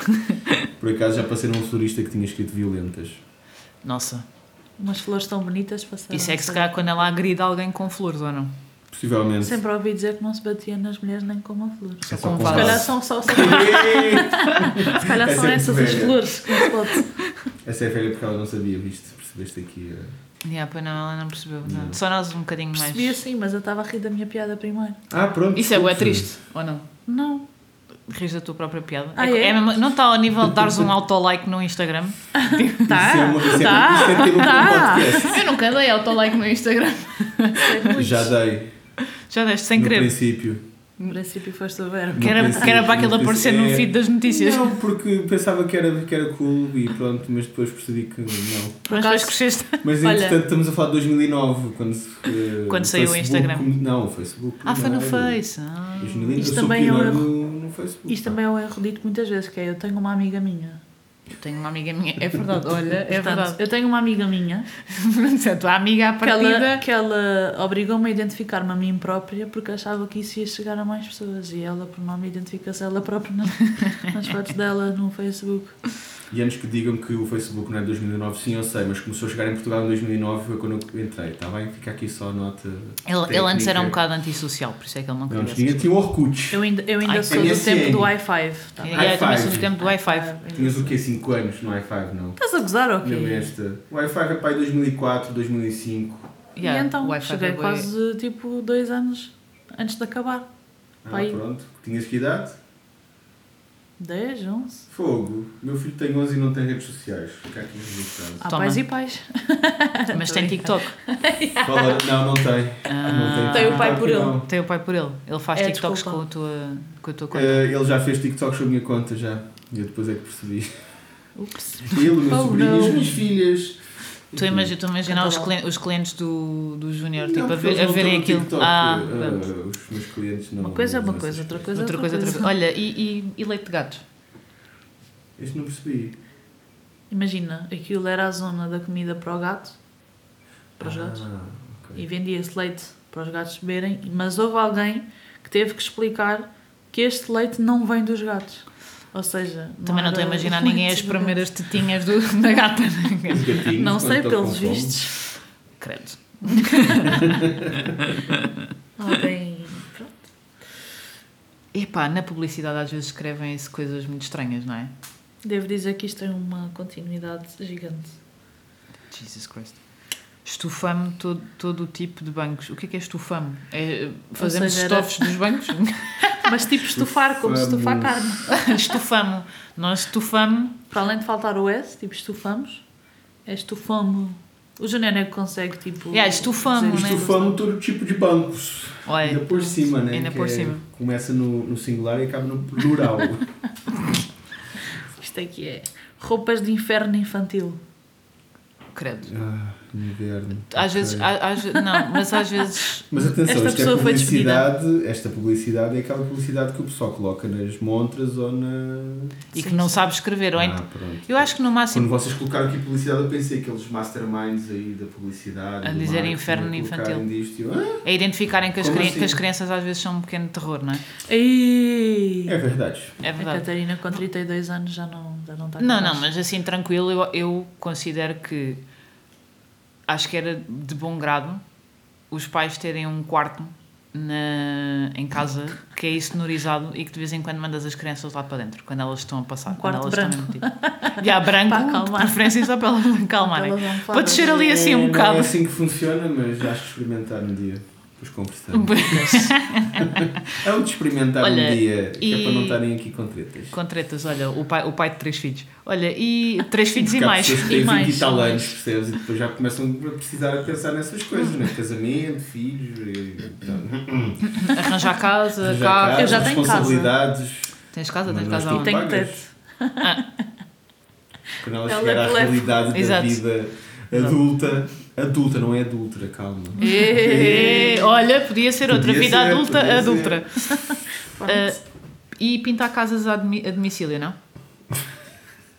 [SPEAKER 1] Por acaso já passei num florista que tinha escrito violentas.
[SPEAKER 3] Nossa,
[SPEAKER 2] Tá Umas flores tão bonitas passaram.
[SPEAKER 3] isso é que se calhar quando ela agride alguém com flores ou não?
[SPEAKER 1] Possivelmente.
[SPEAKER 3] é
[SPEAKER 2] Sempre ouvi dizer que não se batia nas mulheres nem com uma flor.
[SPEAKER 1] É só
[SPEAKER 2] Se
[SPEAKER 3] com
[SPEAKER 1] com
[SPEAKER 3] vaso.
[SPEAKER 2] calhar
[SPEAKER 1] vaso.
[SPEAKER 2] são só se
[SPEAKER 1] Ei!
[SPEAKER 2] calhar
[SPEAKER 1] É
[SPEAKER 2] são
[SPEAKER 1] sempre
[SPEAKER 2] essas as
[SPEAKER 1] velha.
[SPEAKER 2] flores que se pode.
[SPEAKER 1] Essa é velha porque ela não sabia, viste? Percebeste aqui. eh?
[SPEAKER 3] Yeah, pois não, ela não percebeu. não.
[SPEAKER 1] Não.
[SPEAKER 3] Só nós um bocadinho
[SPEAKER 2] Percebi
[SPEAKER 3] mais.
[SPEAKER 2] assim, mas eu estava a rir da minha piada primeiro.
[SPEAKER 1] Ah, pronto.
[SPEAKER 3] Isso é bué
[SPEAKER 1] desculpe.
[SPEAKER 3] triste, ou não?
[SPEAKER 2] Não.
[SPEAKER 3] Rires da tua própria piada.
[SPEAKER 2] Ah,
[SPEAKER 3] co-
[SPEAKER 2] é?
[SPEAKER 3] mesmo- não está ao nível de dares um autolike no Instagram.
[SPEAKER 1] Isso é
[SPEAKER 2] Tá,
[SPEAKER 1] uma isso é- isso é
[SPEAKER 2] tá,
[SPEAKER 1] tema para um
[SPEAKER 2] tá.
[SPEAKER 1] podcast.
[SPEAKER 3] Eu nunca dei autolike no Instagram.
[SPEAKER 1] Já dei.
[SPEAKER 3] Já deste sem
[SPEAKER 1] no
[SPEAKER 3] querer.
[SPEAKER 1] princípio.
[SPEAKER 2] No princípio foste o verbo.
[SPEAKER 3] Que
[SPEAKER 1] No
[SPEAKER 3] era,
[SPEAKER 1] princípio,
[SPEAKER 3] que era para aquele
[SPEAKER 1] no é-
[SPEAKER 3] aparecer
[SPEAKER 1] princípio.
[SPEAKER 3] no feed das notícias.
[SPEAKER 1] Não, porque pensava que era, que era cool e pronto, mas depois percebi que não.
[SPEAKER 2] Por
[SPEAKER 3] Mas depois
[SPEAKER 2] acaso,
[SPEAKER 3] cresceste.
[SPEAKER 1] Mas
[SPEAKER 2] Olha.
[SPEAKER 1] entretanto estamos a falar de 2009, quando, se, eh,
[SPEAKER 3] Quando saiu o
[SPEAKER 1] Facebook
[SPEAKER 3] Instagram.
[SPEAKER 1] come- Não, o Facebook.
[SPEAKER 3] Ah, foi no
[SPEAKER 1] não. é
[SPEAKER 3] Face. Ah.
[SPEAKER 1] 2009,
[SPEAKER 2] Isto
[SPEAKER 1] eu sou
[SPEAKER 2] também é um
[SPEAKER 1] pioneiro
[SPEAKER 2] erro.
[SPEAKER 1] no, no Facebook.
[SPEAKER 2] isto também é um erro dito muitas vezes, que é eu tenho uma amiga minha.
[SPEAKER 3] Eu tenho uma amiga minha. É verdade, olha, é
[SPEAKER 2] Portanto,
[SPEAKER 3] verdade.
[SPEAKER 2] eu tenho uma amiga minha
[SPEAKER 3] Portanto, a tua amiga à
[SPEAKER 2] que ela,
[SPEAKER 3] partida.
[SPEAKER 2] que ela obrigou-me a identificar-me a mim própria porque achava que isso ia chegar a mais pessoas e ela, por nome, identifica-se ela própria nas, nas fotos dela no Facebook.
[SPEAKER 1] E antes que digam que o Facebook não é de 2009, sim, eu sei, mas começou a chegar em Portugal em 2009, foi quando eu entrei, está bem? Fica aqui só a nota.
[SPEAKER 3] Ele, ele antes era um
[SPEAKER 1] técnica.
[SPEAKER 3] bocado antissocial, por isso é que ele
[SPEAKER 1] Não,
[SPEAKER 3] não queria.
[SPEAKER 1] antes tinha, tipo tinha o Orkut.
[SPEAKER 2] Eu ainda, eu ainda
[SPEAKER 3] Ai,
[SPEAKER 2] sou do
[SPEAKER 1] MSN.
[SPEAKER 2] tempo do i5. Tá?
[SPEAKER 3] Yeah, eu também sou do
[SPEAKER 1] High five.
[SPEAKER 3] tempo do Wi-Fi.
[SPEAKER 1] Tinhas o quê? 5 anos no i5, não?
[SPEAKER 2] Estás a gozar ou
[SPEAKER 1] Lembro
[SPEAKER 2] quê?
[SPEAKER 1] esta. O i5 é pai 2004, 2005.
[SPEAKER 2] e então, cheguei
[SPEAKER 3] é
[SPEAKER 2] quase tipo dois anos antes de acabar.
[SPEAKER 1] Ah,
[SPEAKER 2] Pai.
[SPEAKER 1] pronto. Tinhas que idade?
[SPEAKER 2] 10, 11.
[SPEAKER 1] Fogo. Meu filho tem 11 e não tem redes sociais. Fica aqui registrado.
[SPEAKER 2] Há
[SPEAKER 3] Toma.
[SPEAKER 2] pais e pais.
[SPEAKER 3] Mas tem TikTok.
[SPEAKER 1] Fala... Não, não tem. Tá
[SPEAKER 3] Ah,
[SPEAKER 1] Não
[SPEAKER 2] Tem o pai
[SPEAKER 1] TikTok,
[SPEAKER 2] por ele.
[SPEAKER 1] não.
[SPEAKER 3] Tem o pai por ele. Ele faz
[SPEAKER 2] É,
[SPEAKER 3] TikToks com
[SPEAKER 2] desculpa.
[SPEAKER 3] a, tua, com a tua conta.
[SPEAKER 1] Eh, ele já fez TikToks com a minha conta já. E eu depois é que percebi.
[SPEAKER 2] Ups.
[SPEAKER 1] Ele, o meu
[SPEAKER 2] Oh,
[SPEAKER 1] sobrinho e
[SPEAKER 2] não. é
[SPEAKER 1] as minhas filhas.
[SPEAKER 3] Estou a imagi- estou a imaginar os,
[SPEAKER 2] Canta lá.
[SPEAKER 3] clien- os clientes do, do Júnior,
[SPEAKER 1] Não,
[SPEAKER 3] tipo, a,
[SPEAKER 1] porque
[SPEAKER 3] ver,
[SPEAKER 1] eles
[SPEAKER 3] a
[SPEAKER 1] não estão
[SPEAKER 3] verem
[SPEAKER 1] no
[SPEAKER 3] aquilo.
[SPEAKER 1] TikTok.
[SPEAKER 3] ah,
[SPEAKER 1] Eh,
[SPEAKER 3] pronto.
[SPEAKER 1] os meus clientes não.
[SPEAKER 2] Uma coisa é
[SPEAKER 1] não
[SPEAKER 2] uma coisa, outra coisa é
[SPEAKER 3] outra coisa, outra coisa. Olha, e, e, e leite de gato?
[SPEAKER 1] Este não percebi.
[SPEAKER 2] Imagina, aquilo era a zona da comida para o gato, para os gatos,
[SPEAKER 1] Ah, ok.
[SPEAKER 2] e vendia-se leite para os gatos beberem, mas houve alguém que teve que explicar que este leite não vem dos gatos. Ou seja,
[SPEAKER 3] Também não estou a
[SPEAKER 2] era
[SPEAKER 3] imaginar
[SPEAKER 2] leite
[SPEAKER 3] ninguém a
[SPEAKER 2] de
[SPEAKER 3] espremer as tetinhas do, da gata.
[SPEAKER 1] Os
[SPEAKER 2] gato.
[SPEAKER 1] gatinhos,
[SPEAKER 2] Não
[SPEAKER 1] quando
[SPEAKER 2] sei,
[SPEAKER 1] estão
[SPEAKER 2] pelos
[SPEAKER 1] com fome.
[SPEAKER 2] vistos.
[SPEAKER 3] Credo. Ah,
[SPEAKER 2] Alguém. Pronto.
[SPEAKER 3] Epá, na publicidade às vezes escrevem-se coisas muito estranhas, não é?
[SPEAKER 2] Devo dizer que isto tem uma continuidade gigante.
[SPEAKER 3] Jesus Christ. Estufame todo, todo o tipo de bancos. O que é que é estufame? É, fazemos
[SPEAKER 2] seja, era-
[SPEAKER 3] estofos dos bancos?
[SPEAKER 2] Mas tipo estufar, como se estufa a carne.
[SPEAKER 3] estufamo. Nós estufamo.
[SPEAKER 2] Para além de faltar o S, tipo estufamos, é estufamo. O Júnior é que consegue, tipo.
[SPEAKER 3] Yeah, estufamo,
[SPEAKER 2] dizer-
[SPEAKER 3] né?
[SPEAKER 1] Estufamos todo tipo de bancos.
[SPEAKER 3] Olha,
[SPEAKER 1] Ainda por cima, né?
[SPEAKER 3] Ainda
[SPEAKER 1] Que
[SPEAKER 3] por
[SPEAKER 1] é-
[SPEAKER 3] cima.
[SPEAKER 1] Começa no, no singular e acaba no plural.
[SPEAKER 2] Isto aqui é. Roupas de inferno infantil.
[SPEAKER 3] credo.
[SPEAKER 1] ah, inverno.
[SPEAKER 3] Às vezes, ah,
[SPEAKER 1] Ok.
[SPEAKER 3] a- às ve- não, mas às vezes
[SPEAKER 1] Mas atenção,
[SPEAKER 2] Esta
[SPEAKER 1] esta,
[SPEAKER 2] pessoa foi
[SPEAKER 1] publicidade, esta publicidade é aquela publicidade que o pessoal coloca nas montras ou na.
[SPEAKER 3] e que
[SPEAKER 2] Sim,
[SPEAKER 3] não
[SPEAKER 2] sim.
[SPEAKER 3] sabe escrever. Ou
[SPEAKER 1] Ah,
[SPEAKER 3] ent-
[SPEAKER 1] pronto.
[SPEAKER 3] Eu acho que no máximo
[SPEAKER 1] Quando vocês colocaram aqui publicidade, eu pensei aqueles masterminds aí da publicidade.
[SPEAKER 3] A
[SPEAKER 1] do
[SPEAKER 3] dizer
[SPEAKER 1] marketing,
[SPEAKER 3] inferno
[SPEAKER 1] a colocarem
[SPEAKER 3] infantil.
[SPEAKER 1] disto e eu, "Ah,
[SPEAKER 3] é identificarem que as,
[SPEAKER 1] Como
[SPEAKER 3] cri-
[SPEAKER 1] assim?
[SPEAKER 3] que as crianças às vezes são um pequeno terror, não é?
[SPEAKER 2] Ei!
[SPEAKER 1] é verdade.
[SPEAKER 3] É
[SPEAKER 2] A
[SPEAKER 3] verdade.
[SPEAKER 2] Catarina com 32 anos já não, já não tá está
[SPEAKER 3] Não,
[SPEAKER 2] capaz.
[SPEAKER 3] não, mas assim tranquilo, eu, eu considero que acho que era de bom grado os pais terem um quarto na, em casa que é sonorizado e que de vez em quando mandas as crianças lá para dentro, quando elas estão a passar.
[SPEAKER 2] Um
[SPEAKER 3] quando
[SPEAKER 2] quarto
[SPEAKER 3] elas
[SPEAKER 2] branco.
[SPEAKER 3] Estão mesmo, tipo, e há branco,
[SPEAKER 2] Para
[SPEAKER 3] de
[SPEAKER 2] acalmar.
[SPEAKER 3] preferência só para elas acalmarem.
[SPEAKER 2] Aquelas almofadas.
[SPEAKER 3] Para descer ali assim
[SPEAKER 1] É, Não
[SPEAKER 3] um
[SPEAKER 1] é
[SPEAKER 3] bocado.
[SPEAKER 1] assim que funciona, mas acho que experimentar um dia. Depois conversamos. É o de experimentar
[SPEAKER 3] Um Olha,
[SPEAKER 1] um dia, que é
[SPEAKER 3] e-
[SPEAKER 1] para não estarem aqui com tretas.
[SPEAKER 3] Com tretas, olha, o pai, o pai de três filhos. Olha, e três filhos e
[SPEAKER 1] Porque há
[SPEAKER 3] mais.
[SPEAKER 1] pessoas que têm
[SPEAKER 3] E
[SPEAKER 1] 20
[SPEAKER 3] mais.
[SPEAKER 1] e tal anos, percebes? E depois já começam a precisar a pensar nessas coisas, né? Casamento, filhos, e, então,
[SPEAKER 3] Arranjar casa,
[SPEAKER 1] já
[SPEAKER 3] carro.
[SPEAKER 1] casa,
[SPEAKER 2] Eu já tenho casa.
[SPEAKER 1] responsabilidades.
[SPEAKER 3] Tens casa,
[SPEAKER 1] Mas é
[SPEAKER 3] tens
[SPEAKER 1] nós temos
[SPEAKER 3] casa.
[SPEAKER 2] E tenho
[SPEAKER 1] Pagas.
[SPEAKER 2] teto.
[SPEAKER 1] Quando ela
[SPEAKER 2] Ela
[SPEAKER 1] chegar à
[SPEAKER 2] te leva.
[SPEAKER 1] realidade da
[SPEAKER 3] Exato.
[SPEAKER 1] vida adulta, adulta, não é adulta, calma.
[SPEAKER 3] Ê, É, Olha, podia ser outra.
[SPEAKER 1] Podia
[SPEAKER 3] Vida
[SPEAKER 1] ser,
[SPEAKER 3] adulta,
[SPEAKER 1] podia
[SPEAKER 3] adulta. Ah, E pintar casas a, domi- a domicílio, não?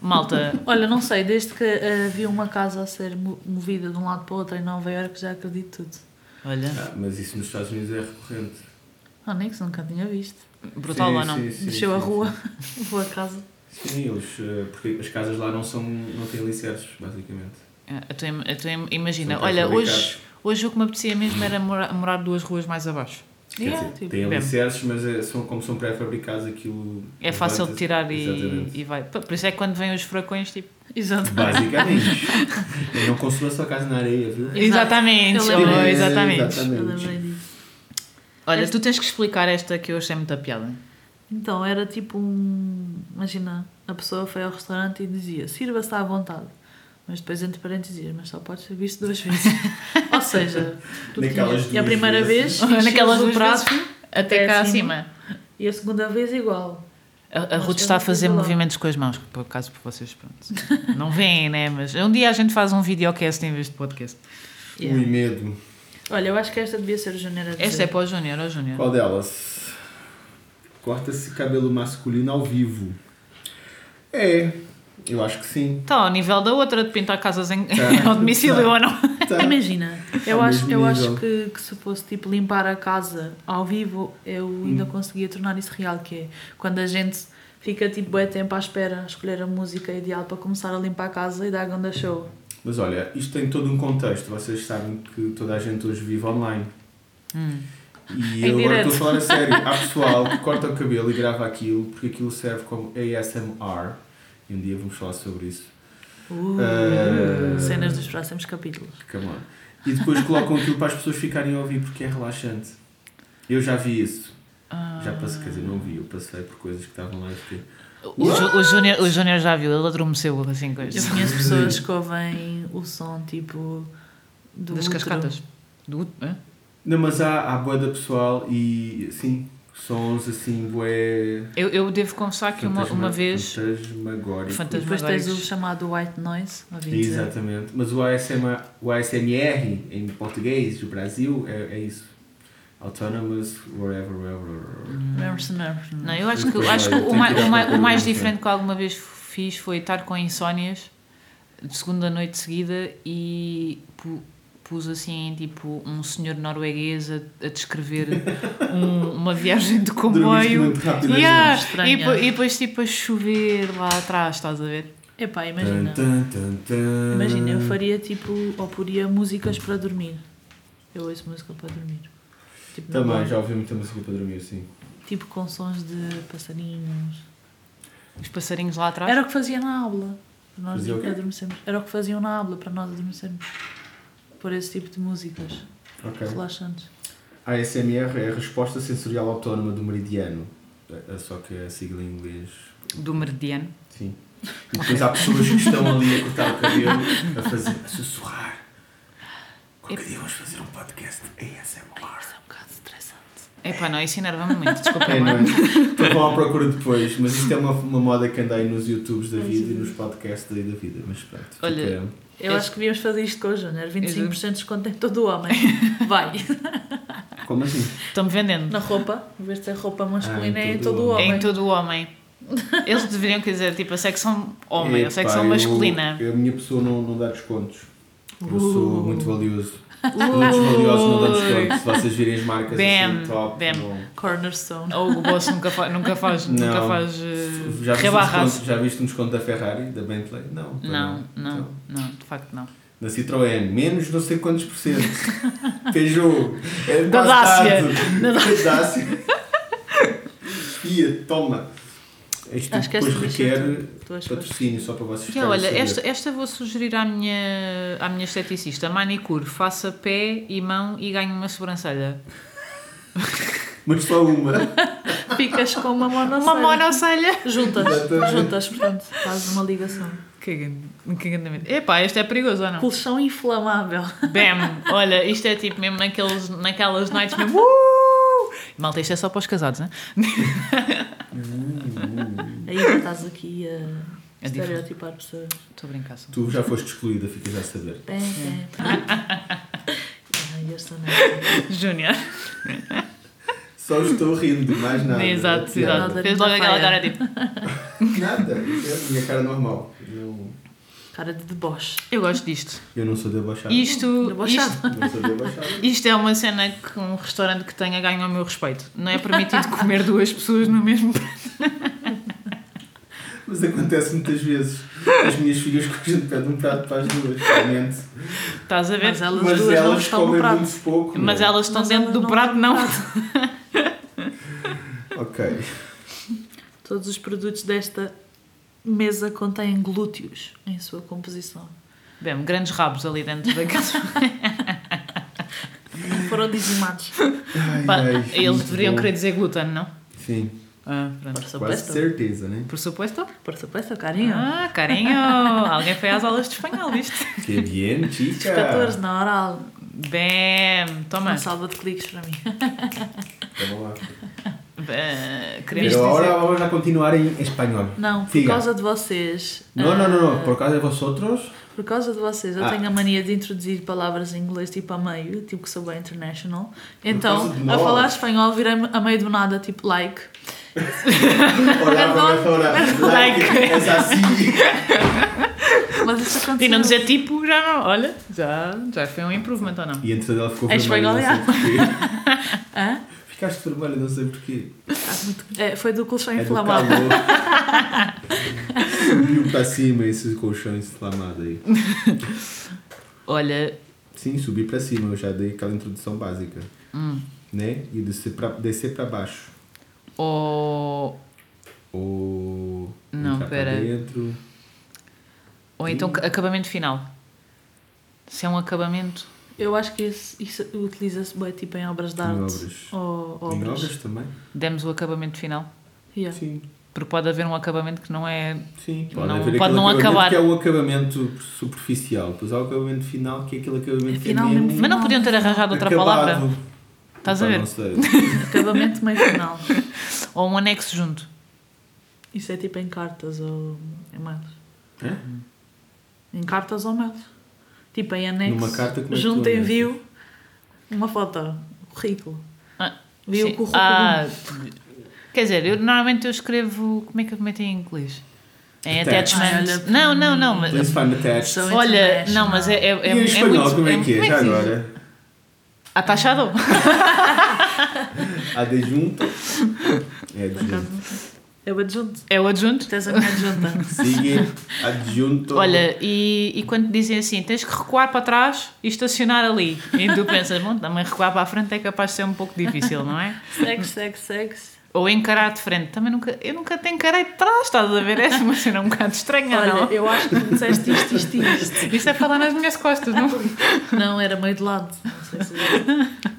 [SPEAKER 3] Malta,
[SPEAKER 2] Olha, não sei, desde que eh, vi uma casa a ser mo- movida de um lado para o outro em Nova Iorque já acredito tudo.
[SPEAKER 3] olha,
[SPEAKER 1] Ah, mas isso nos Estados Unidos é recorrente.
[SPEAKER 2] Ah, nem que se nunca tinha visto.
[SPEAKER 3] brutal
[SPEAKER 1] Sim,
[SPEAKER 3] ou não?
[SPEAKER 1] sim, sim,
[SPEAKER 2] Mexeu
[SPEAKER 1] sim,
[SPEAKER 2] a
[SPEAKER 1] sim.
[SPEAKER 2] rua, vou a casa.
[SPEAKER 1] Sim, eles, eh, porque as casas lá não, são, não têm alicerces, basicamente.
[SPEAKER 3] Ah, eu tô im- eu tô im- imagina,
[SPEAKER 1] São
[SPEAKER 3] olha, hoje,
[SPEAKER 1] pré-fabricados.
[SPEAKER 3] hoje o que me apetecia mesmo era mora- morar duas ruas mais abaixo.
[SPEAKER 1] Quer
[SPEAKER 2] Yeah,
[SPEAKER 1] dizer,
[SPEAKER 2] tipo,
[SPEAKER 1] têm
[SPEAKER 3] bem.
[SPEAKER 1] alicerces, mas é- são, como são pré-fabricados, aquilo.
[SPEAKER 3] É fácil de
[SPEAKER 1] levanta-se.
[SPEAKER 3] tirar e,
[SPEAKER 1] Exatamente.
[SPEAKER 3] e vai. Por isso é que quando vêm os furacões, tipo.
[SPEAKER 2] Exato.
[SPEAKER 1] Basicamente. Eu não construa a sua casa na areia, viu?
[SPEAKER 2] Exato.
[SPEAKER 3] Exatamente,
[SPEAKER 2] Eu lembro
[SPEAKER 3] oh,
[SPEAKER 2] disso.
[SPEAKER 3] exatamente.
[SPEAKER 1] Exatamente.
[SPEAKER 2] Eu lembrei disso.
[SPEAKER 3] Olha,
[SPEAKER 2] Este-
[SPEAKER 3] tu tens que explicar esta que eu achei muita piada.
[SPEAKER 2] Então, era tipo um. Imagina, a pessoa foi ao restaurante e dizia: sirva-se à vontade. Mas depois, entre parênteses, dizia, mas só podes servir-se duas vezes. Ou seja, tu
[SPEAKER 1] Naquelas
[SPEAKER 2] tinhas- e a
[SPEAKER 1] duas
[SPEAKER 2] primeira
[SPEAKER 1] vezes.
[SPEAKER 2] vez,
[SPEAKER 3] Naquelas
[SPEAKER 2] naquelas do
[SPEAKER 3] duas
[SPEAKER 2] prato,
[SPEAKER 3] Até
[SPEAKER 2] Até
[SPEAKER 3] cá
[SPEAKER 2] acima.
[SPEAKER 3] acima.
[SPEAKER 2] e a segunda vez igual.
[SPEAKER 3] A, a
[SPEAKER 2] Nós
[SPEAKER 3] Ruth está a
[SPEAKER 2] temos
[SPEAKER 3] fazer
[SPEAKER 2] que ir lá.
[SPEAKER 3] movimentos com as mãos, por acaso por vocês, pronto. Não veem, né? Mas um dia a gente faz um videocast em vez de podcast.
[SPEAKER 2] Yeah.
[SPEAKER 1] Ui, medo.
[SPEAKER 2] Olha, eu acho que esta devia ser o janeiro a dizer.
[SPEAKER 3] Esta é para o Júnior, ó Júnior.
[SPEAKER 1] Qual delas? Corta-se cabelo masculino ao vivo. É, eu acho que sim.
[SPEAKER 3] Está ao nível da outra de pintar casas em,
[SPEAKER 1] Tá.
[SPEAKER 3] ao domicílio ou não.
[SPEAKER 1] Tá.
[SPEAKER 2] Imagina, eu
[SPEAKER 1] Ao
[SPEAKER 2] acho,
[SPEAKER 1] mesmo
[SPEAKER 2] eu acho
[SPEAKER 1] nível.
[SPEAKER 2] que, que se fosse tipo limpar a casa ao vivo, eu
[SPEAKER 1] Hum.
[SPEAKER 2] ainda conseguia tornar isso real, que é quando a gente fica tipo bué tempo à espera a escolher a música ideal para começar a limpar a casa e dar a ganda show.
[SPEAKER 1] Mas olha, isto tem todo um contexto. Vocês sabem que toda a gente hoje vive online. E
[SPEAKER 2] Em
[SPEAKER 1] eu agora
[SPEAKER 2] Hum. direto.
[SPEAKER 1] estou a falar a sério. Há pessoal que corta o cabelo e grava aquilo porque aquilo serve como ASMR. E um dia vamos falar sobre isso.
[SPEAKER 2] Uh,
[SPEAKER 1] Eh,
[SPEAKER 2] Cenas dos próximos capítulos.
[SPEAKER 1] Come on. E depois colocam aquilo para as pessoas ficarem a ouvir porque é relaxante.
[SPEAKER 2] Ah.
[SPEAKER 1] Eu já vi isso. Já passei, quer dizer, não vi, eu passei por coisas que estavam lá e fiquei.
[SPEAKER 3] O, Ju- o Júnior o Júnior já viu, ele adormeceu assim com
[SPEAKER 2] Eu
[SPEAKER 3] isso.
[SPEAKER 2] conheço pessoas que ouvem o som tipo do
[SPEAKER 3] Das
[SPEAKER 2] útero.
[SPEAKER 3] cascatas. Do útero, é? hã?
[SPEAKER 1] Não, mas há, há bué da pessoal e assim, sons assim, bué.
[SPEAKER 3] Eu, eu devo confessar que uma,
[SPEAKER 1] fantasma-
[SPEAKER 3] uma vez.
[SPEAKER 1] Fantasmagórico.
[SPEAKER 2] E
[SPEAKER 3] Fantasma-
[SPEAKER 2] depois tens o chamado white noise, ouvi dizer.
[SPEAKER 1] Exatamente. Mas o, ASMR, o ASMR, em português, do Brasil, é, é isso. Autonomous, wherever, wherever. wherever.
[SPEAKER 3] Não, eu acho que, eu acho que o, mai- o mai- o mais diferente que alguma vez fiz foi estar com insónias de segunda noite seguida e pu- pus assim, tipo, um senhor norueguês a, a descrever um- uma viagem de
[SPEAKER 1] Dormiste
[SPEAKER 3] comboio.
[SPEAKER 1] muito rápido.
[SPEAKER 3] Yeah,
[SPEAKER 2] estranho.
[SPEAKER 3] e, depo- e depois, tipo, a chover lá atrás, estás a ver?
[SPEAKER 2] Epá,
[SPEAKER 1] Tan,
[SPEAKER 2] imagina.
[SPEAKER 1] tan, tan, tan.
[SPEAKER 2] Imagina,
[SPEAKER 1] Ah.
[SPEAKER 2] eu faria tipo, ou poria músicas para dormir. Eu ouço música para dormir. Tipo, no
[SPEAKER 1] Também,
[SPEAKER 2] banho.
[SPEAKER 1] já ouvi muita música para dormir, sim.
[SPEAKER 2] Tipo com sons de passarinhos.
[SPEAKER 3] Os passarinhos lá atrás.
[SPEAKER 2] Era o que fazia na aula. Nós
[SPEAKER 1] Fazia o quê?
[SPEAKER 2] adormecemos. Era o que faziam na aula para nós adormecermos. Por esse tipo de músicas
[SPEAKER 1] Ok.
[SPEAKER 2] relaxantes.
[SPEAKER 1] ASMR é a resposta sensorial autónoma do meridiano. É- é Só que é a sigla em inglês.
[SPEAKER 3] Do meridiano.
[SPEAKER 1] Sim. E depois há pessoas que estão ali a cortar o cabelo, a fazer, a sussurrar. Qualquer dia vamos fazer um podcast ASMR.
[SPEAKER 2] Isso é um bocado estressante.
[SPEAKER 3] Epá, não, isso enerva-me muito, desculpa.
[SPEAKER 1] É,
[SPEAKER 3] mãe.
[SPEAKER 1] não é? Estou à procura depois, mas isto é uma, uma moda que andei nos YouTubes da vida e nos podcasts aí da vida. Mas pronto. fica-
[SPEAKER 3] Olha,
[SPEAKER 2] Eu
[SPEAKER 1] É.
[SPEAKER 3] Este-
[SPEAKER 2] acho que devíamos fazer isto com o Júnior. 25% de desconto em todo o homem. Vai.
[SPEAKER 1] Como assim?
[SPEAKER 3] Estão-me vendendo.
[SPEAKER 2] Na roupa. Em vez de ser roupa masculina,
[SPEAKER 1] Ah, em
[SPEAKER 2] é em
[SPEAKER 1] todo
[SPEAKER 2] todo o
[SPEAKER 1] o
[SPEAKER 2] homem.
[SPEAKER 3] Em todo o homem. Eles deveriam quer dizer, tipo, a secção homem, a
[SPEAKER 1] Epá,
[SPEAKER 3] secção
[SPEAKER 1] eu-
[SPEAKER 3] masculina.
[SPEAKER 1] eu- a minha pessoa não, não dá descontos. Eu
[SPEAKER 2] Uh.
[SPEAKER 1] sou muito valioso. Produtos valiosos não dão desconto. Se vocês virem as marcas
[SPEAKER 3] Bem,
[SPEAKER 1] assim, top.
[SPEAKER 3] bem.
[SPEAKER 1] não-
[SPEAKER 2] Cornerstone.
[SPEAKER 3] Ou o boss É nunca faz, nunca faz,
[SPEAKER 1] Não.
[SPEAKER 3] nunca faz eh,
[SPEAKER 1] Já viste, um
[SPEAKER 3] rebarraço.
[SPEAKER 1] desconto, já viste um desconto da Ferrari, da Bentley? Não. pois
[SPEAKER 3] Não, não,
[SPEAKER 1] Então,
[SPEAKER 3] não, de facto não.
[SPEAKER 1] Da Citroën, menos não sei quantos por cento. Peugeot. É
[SPEAKER 3] Da
[SPEAKER 1] quase
[SPEAKER 3] Dacia.
[SPEAKER 1] tanto.
[SPEAKER 3] Da
[SPEAKER 1] Da Dacia. Fiat, toma. Isto
[SPEAKER 2] Acho que
[SPEAKER 1] depois
[SPEAKER 2] esta
[SPEAKER 1] requer
[SPEAKER 2] deixa tu- tu as
[SPEAKER 1] patrocínio, só para vocês
[SPEAKER 3] E
[SPEAKER 1] ficarem a
[SPEAKER 3] olha,
[SPEAKER 1] saber.
[SPEAKER 3] esta, esta vou sugerir à minha, à minha esteticista: manicure, faça pé e mão e ganhe uma sobrancelha.
[SPEAKER 1] Mas só uma.
[SPEAKER 2] Ficas com uma monocelha.
[SPEAKER 3] Uma monocelha!
[SPEAKER 2] Juntas.
[SPEAKER 1] Exatamente.
[SPEAKER 2] Juntas, portanto. Faz uma ligação.
[SPEAKER 3] Que grande- que grande- Epá, este é perigoso ou não?
[SPEAKER 2] Colchão inflamável.
[SPEAKER 3] Bam! Olha, isto é tipo mesmo naqueles, naquelas nights mesmo. Uh! Malta, isto é só para os casados, né?
[SPEAKER 2] Aí já estás aqui a
[SPEAKER 3] É diferente.
[SPEAKER 2] estereotipar pessoas.
[SPEAKER 3] Estou a brincar só.
[SPEAKER 1] Tu já foste excluída, ficas já a saber.
[SPEAKER 2] Bem, bem. Ai, esta não é.
[SPEAKER 3] Júnior.
[SPEAKER 1] Só estou rindo, mais nada.
[SPEAKER 3] Exato,
[SPEAKER 1] Nada.
[SPEAKER 3] exato. Fez logo aquela cara tipo.
[SPEAKER 1] Nada, é a minha cara normal. Eu,
[SPEAKER 2] Cara de deboche.
[SPEAKER 3] Eu gosto disto.
[SPEAKER 1] eu não sou debochado.
[SPEAKER 3] Isto,
[SPEAKER 2] Debochado.
[SPEAKER 3] isto,
[SPEAKER 1] Não sou debochado.
[SPEAKER 3] isto é uma cena que um restaurante que tenha ganha o meu respeito. Não é permitido comer duas pessoas no mesmo prato.
[SPEAKER 1] Mas acontece muitas vezes. As minhas filhas que a gente pede um prato para as duas, realmente.
[SPEAKER 3] Estás a ver?
[SPEAKER 2] Mas elas
[SPEAKER 1] Mas
[SPEAKER 2] duas não
[SPEAKER 1] elas
[SPEAKER 2] estão no
[SPEAKER 1] comem
[SPEAKER 2] prato.
[SPEAKER 1] muito pouco.
[SPEAKER 3] Mas
[SPEAKER 1] não é?
[SPEAKER 3] elas estão
[SPEAKER 2] Mas
[SPEAKER 3] dentro
[SPEAKER 2] elas
[SPEAKER 3] do
[SPEAKER 2] não
[SPEAKER 3] prato, não.
[SPEAKER 1] Ok.
[SPEAKER 2] Todos os produtos desta mesa contêm glúteos em sua composição.
[SPEAKER 3] Bem, grandes rabos ali dentro daquela.
[SPEAKER 2] Foram dizimados.
[SPEAKER 1] Ai,
[SPEAKER 3] Pá,
[SPEAKER 1] ai,
[SPEAKER 3] Eles
[SPEAKER 1] é muito
[SPEAKER 3] deveriam
[SPEAKER 1] bom.
[SPEAKER 3] querer dizer glúten, não?
[SPEAKER 1] Sim,
[SPEAKER 3] Ah,
[SPEAKER 2] Por
[SPEAKER 3] pronto.
[SPEAKER 1] quase
[SPEAKER 2] supuesto.
[SPEAKER 1] certeza, né?
[SPEAKER 3] Por suposto.
[SPEAKER 2] Por supuesto, carinho.
[SPEAKER 3] Ah, carinho. Alguém foi às aulas de espanhol, viste?
[SPEAKER 1] Que é bien,
[SPEAKER 2] Os
[SPEAKER 1] chica.
[SPEAKER 2] 14 na oral.
[SPEAKER 3] Bem, toma.
[SPEAKER 1] é?
[SPEAKER 2] Uma salva de cliques para mim.
[SPEAKER 1] Vamos Tá lá.
[SPEAKER 3] Bem, queremos
[SPEAKER 1] Pero
[SPEAKER 3] dizer.
[SPEAKER 1] ahora vamos a continuar em espanhol.
[SPEAKER 2] Não, por
[SPEAKER 1] Siga.
[SPEAKER 2] causa de vocês.
[SPEAKER 1] Não, não, não, não.
[SPEAKER 2] ah,
[SPEAKER 1] Por causa de vosotros,
[SPEAKER 2] Por causa de vocês, eu
[SPEAKER 1] Ah.
[SPEAKER 2] tenho a mania de introduzir palavras em inglês tipo a meio, tipo que sou bem international. Então,
[SPEAKER 1] causa de
[SPEAKER 2] a
[SPEAKER 1] nós.
[SPEAKER 2] falar espanhol virei-me a meio do nada, tipo like.
[SPEAKER 1] Hola, profesora. Like. Es así.
[SPEAKER 2] Mas isso aconteceu.
[SPEAKER 3] E não dizer tipo, já não. Olha, já, já foi um improvement ou não?
[SPEAKER 1] E entre ela ficou
[SPEAKER 2] É
[SPEAKER 1] vermelha, não sei
[SPEAKER 2] espanhol,
[SPEAKER 1] porquê.
[SPEAKER 2] Hã?
[SPEAKER 1] Ficaste vermelha, não sei porquê.
[SPEAKER 2] É, foi do colchão
[SPEAKER 1] É do
[SPEAKER 2] inflamável.
[SPEAKER 1] calor. Subiu para cima esse colchão inflamado aí.
[SPEAKER 3] Olha,
[SPEAKER 1] Sim, subi para cima, eu já dei aquela introdução básica.
[SPEAKER 3] Hum.
[SPEAKER 1] Né? E descer para descer pra baixo.
[SPEAKER 3] ou,
[SPEAKER 1] Ou
[SPEAKER 3] Não,
[SPEAKER 1] entrar pra
[SPEAKER 3] pera.
[SPEAKER 1] dentro.
[SPEAKER 3] ou então
[SPEAKER 1] Hum.
[SPEAKER 3] ca- acabamento final. Se é um acabamento.
[SPEAKER 2] Eu acho que isso, isso utiliza-se bem tipo em obras de
[SPEAKER 1] Em
[SPEAKER 2] arte.
[SPEAKER 1] obras.
[SPEAKER 2] Ou
[SPEAKER 1] Em
[SPEAKER 2] obras.
[SPEAKER 1] obras também?
[SPEAKER 3] Demos o acabamento final.
[SPEAKER 2] Yeah.
[SPEAKER 1] Sim.
[SPEAKER 3] Porque pode haver um acabamento que não é.
[SPEAKER 1] Sim, pode,
[SPEAKER 3] Não-
[SPEAKER 1] haver
[SPEAKER 3] pode
[SPEAKER 1] aquele
[SPEAKER 3] não
[SPEAKER 1] acabamento
[SPEAKER 3] acabar.
[SPEAKER 1] Que é o acabamento superficial, depois há o acabamento final que é aquele acabamento que é
[SPEAKER 2] Afinal,
[SPEAKER 1] mesmo
[SPEAKER 2] mesmo
[SPEAKER 3] Mas não podiam ter arranjado outra
[SPEAKER 1] acabado.
[SPEAKER 3] palavra. Estás a
[SPEAKER 1] Pá,
[SPEAKER 3] ver?
[SPEAKER 1] Não sei.
[SPEAKER 2] Acabamento meio final.
[SPEAKER 3] Ou um anexo junto.
[SPEAKER 2] Isso é tipo em cartas ou em mails.
[SPEAKER 1] Hã?
[SPEAKER 2] Em cartas ou mails. Tipo em anexo.
[SPEAKER 1] Numa carta, como é que
[SPEAKER 2] junto
[SPEAKER 1] tu anexas?
[SPEAKER 2] envio uma foto, um currículo.
[SPEAKER 3] Ah,
[SPEAKER 2] Viu
[SPEAKER 3] Sim.
[SPEAKER 2] o currículo.
[SPEAKER 3] Ah, quer dizer, eu normalmente eu escrevo. Como é que eu meto em inglês? Em
[SPEAKER 1] Attachment.
[SPEAKER 3] attachment.
[SPEAKER 2] Ai, olha,
[SPEAKER 3] não, não, não. mas-
[SPEAKER 1] Please find attached.
[SPEAKER 2] São
[SPEAKER 3] olha,
[SPEAKER 2] international.
[SPEAKER 3] não, mas é. é, é,
[SPEAKER 1] E
[SPEAKER 3] é
[SPEAKER 1] em espanhol,
[SPEAKER 3] muito-
[SPEAKER 1] como é que é? Já
[SPEAKER 3] se diz?
[SPEAKER 1] agora.
[SPEAKER 3] Atachado.
[SPEAKER 1] Adjunto. É
[SPEAKER 2] Por acaso
[SPEAKER 1] adjunto.
[SPEAKER 2] não sei. É o adjunto.
[SPEAKER 3] É o adjunto.
[SPEAKER 2] Tens a minha adjunta.
[SPEAKER 1] Sigue
[SPEAKER 2] Uhum.
[SPEAKER 1] adjunto.
[SPEAKER 3] Olha, e, e quando dizem assim, tens que recuar para trás e estacionar ali. E tu pensas, bom, também recuar para a frente é capaz de ser um pouco difícil, não é?
[SPEAKER 2] Sex, sex, sex.
[SPEAKER 3] Ou encarar de frente. Também nunca, eu nunca te encarei de trás, estás a ver? Essa é uma cena um bocado estranha,
[SPEAKER 2] Olha,
[SPEAKER 3] não?
[SPEAKER 2] eu acho que tu disseste isto, isto e isto.
[SPEAKER 3] Isso é falar nas minhas costas, não?
[SPEAKER 2] Não, era meio de lado. Não sei se...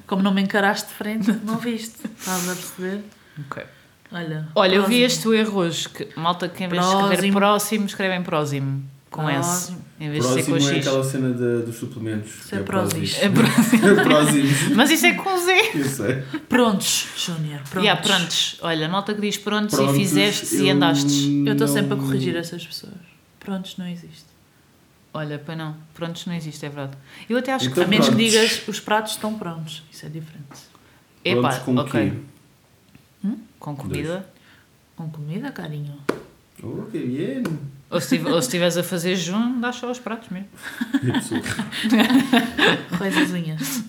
[SPEAKER 2] Como não me encaraste de frente, não viste. Estás a perceber?
[SPEAKER 3] Ok.
[SPEAKER 2] Olha.
[SPEAKER 3] Olha, eu vi
[SPEAKER 2] próximo.
[SPEAKER 3] este erro hoje. Que, malta que em vez de escrever
[SPEAKER 2] Próximo.
[SPEAKER 3] próximo, escrevem próximo. Com
[SPEAKER 2] Próximo.
[SPEAKER 3] S. Em vez de ser com
[SPEAKER 1] próximo é
[SPEAKER 3] X.
[SPEAKER 1] aquela cena de- dos suplementos.
[SPEAKER 2] Isso é
[SPEAKER 1] que
[SPEAKER 2] prósis.
[SPEAKER 3] É pró-
[SPEAKER 1] prósis. É prósis.
[SPEAKER 3] Mas isso é com Z.
[SPEAKER 1] Eu sei.
[SPEAKER 2] Prontos, Júnior. Prontos.
[SPEAKER 3] Yeah, prontos. Olha, malta que diz prontos,
[SPEAKER 1] Prontos,
[SPEAKER 3] e fizestes e
[SPEAKER 1] eu
[SPEAKER 3] andastes.
[SPEAKER 2] Eu estou
[SPEAKER 1] não-
[SPEAKER 2] sempre a corrigir essas pessoas. Prontos não existe.
[SPEAKER 3] Olha, pois não. Prontos não existe, é verdade. Eu até acho
[SPEAKER 1] Então,
[SPEAKER 2] a menos que
[SPEAKER 1] prontos.
[SPEAKER 2] digas os pratos estão prontos. Isso é diferente.
[SPEAKER 3] que.
[SPEAKER 1] Prontos
[SPEAKER 3] Epá,
[SPEAKER 1] com o
[SPEAKER 3] ok.
[SPEAKER 1] quê?
[SPEAKER 3] Com comida.
[SPEAKER 2] Com comida, carinho.
[SPEAKER 1] Oh, que bien.
[SPEAKER 3] Ou se tiv- ou se estiveres a fazer jejum, dá só os pratos mesmo.
[SPEAKER 1] E a pessoa,
[SPEAKER 2] Coisazinhas.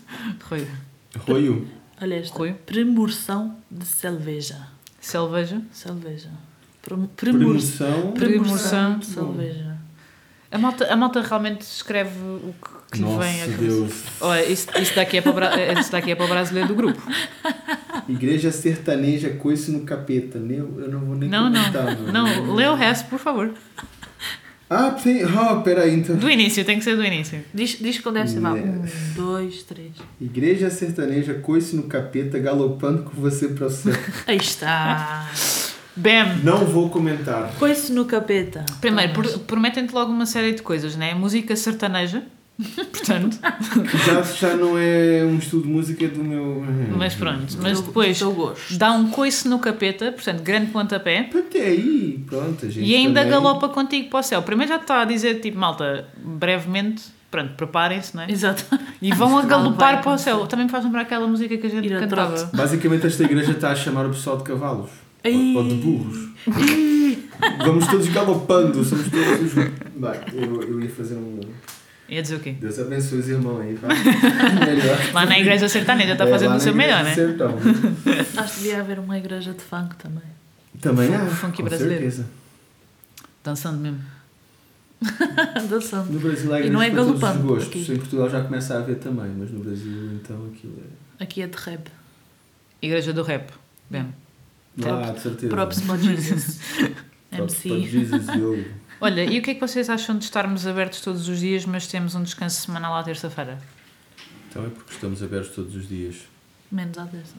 [SPEAKER 3] Rui.
[SPEAKER 1] Arroio.
[SPEAKER 2] Olha esta.
[SPEAKER 3] Rui?
[SPEAKER 2] Premurção de cerveja.
[SPEAKER 3] Selveja.
[SPEAKER 2] Cerveja. Prem-
[SPEAKER 1] Promoção.
[SPEAKER 2] Premurção. Premurção de
[SPEAKER 1] Premurção.
[SPEAKER 2] cerveja.
[SPEAKER 3] A malta, a malta realmente escreve o que, que lhe vem à
[SPEAKER 1] Nossa,
[SPEAKER 3] cabeça.
[SPEAKER 1] Deus.
[SPEAKER 3] Olha, isso, isso daqui é para o bra- isso daqui é para o brasileiro do grupo.
[SPEAKER 1] Igreja sertaneja, coice no capeta. Nem, eu não vou nem
[SPEAKER 3] Não, não.
[SPEAKER 1] comentar, mano.
[SPEAKER 3] Não, lê o resto, por favor.
[SPEAKER 1] Ah, tem. Ah, peraí então.
[SPEAKER 3] Do início, tem que ser do início.
[SPEAKER 2] Diz, diz quando deve ser. Vá.
[SPEAKER 1] Yeah.
[SPEAKER 2] Um, dois, três.
[SPEAKER 1] Igreja sertaneja, coice no capeta, galopando com você pra céu.
[SPEAKER 2] Aí está.
[SPEAKER 3] Bam!
[SPEAKER 1] Não vou comentar.
[SPEAKER 2] Coice no capeta.
[SPEAKER 3] Primeiro, por- prometem-te logo uma série de coisas, né? Música sertaneja, portanto.
[SPEAKER 1] Já, já não é um estudo de música do meu.
[SPEAKER 3] Mas pronto,
[SPEAKER 2] Do-
[SPEAKER 3] mas
[SPEAKER 1] Uhum.
[SPEAKER 3] depois
[SPEAKER 2] Do teu gosto.
[SPEAKER 3] dá um coice no capeta, portanto, grande pontapé.
[SPEAKER 1] É, Até aí, pronto, a gente.
[SPEAKER 3] E ainda
[SPEAKER 1] também-
[SPEAKER 3] galopa contigo para o céu. Primeiro já te está a dizer, tipo, malta, brevemente, pronto, preparem-se, não é?
[SPEAKER 2] Exato.
[SPEAKER 3] E vão a
[SPEAKER 2] Isto não
[SPEAKER 3] galopar
[SPEAKER 2] vai
[SPEAKER 3] para o céu. Também me faz lembrar aquela música que a gente
[SPEAKER 2] Ir ao
[SPEAKER 3] cantava.
[SPEAKER 2] trote.
[SPEAKER 1] Basicamente, esta igreja está a chamar o pessoal de cavalos.
[SPEAKER 2] Ai.
[SPEAKER 1] Ou, ou de burros. Vamos todos galopando, somos todos. os- Vai, eu, eu ia fazer um.
[SPEAKER 3] Ia dizer o quê?
[SPEAKER 1] Deus abençoe os irmãos aí, vai. Melhor.
[SPEAKER 3] Lá na igreja sertaneja está
[SPEAKER 1] É,
[SPEAKER 3] fazendo
[SPEAKER 1] lá
[SPEAKER 3] o seu
[SPEAKER 1] na
[SPEAKER 3] melhor,
[SPEAKER 1] igreja do
[SPEAKER 3] né?
[SPEAKER 1] Sertão.
[SPEAKER 2] Acho que devia haver uma igreja de funk também.
[SPEAKER 1] Também há.
[SPEAKER 3] Funk
[SPEAKER 1] com
[SPEAKER 3] brasileiro.
[SPEAKER 1] certeza.
[SPEAKER 3] Dançando mesmo.
[SPEAKER 2] Dançando.
[SPEAKER 1] No Brasil há
[SPEAKER 2] E não é
[SPEAKER 1] igrejas para todos os
[SPEAKER 2] galopando,
[SPEAKER 1] gostos.
[SPEAKER 2] aqui.
[SPEAKER 1] Em Portugal já começa a haver também, mas no Brasil então aquilo é.
[SPEAKER 2] Aqui é de rap.
[SPEAKER 3] Igreja do rap. Bem.
[SPEAKER 1] Lá, de certeza.
[SPEAKER 2] Props para Jesus.
[SPEAKER 1] Props
[SPEAKER 2] MC.
[SPEAKER 1] para Jesus, yo.
[SPEAKER 3] Olha, e o que é que vocês acham de estarmos abertos todos os dias, mas temos um descanso semanal à terça-feira?
[SPEAKER 1] Então é porque estamos abertos todos os dias.
[SPEAKER 2] Menos à terça.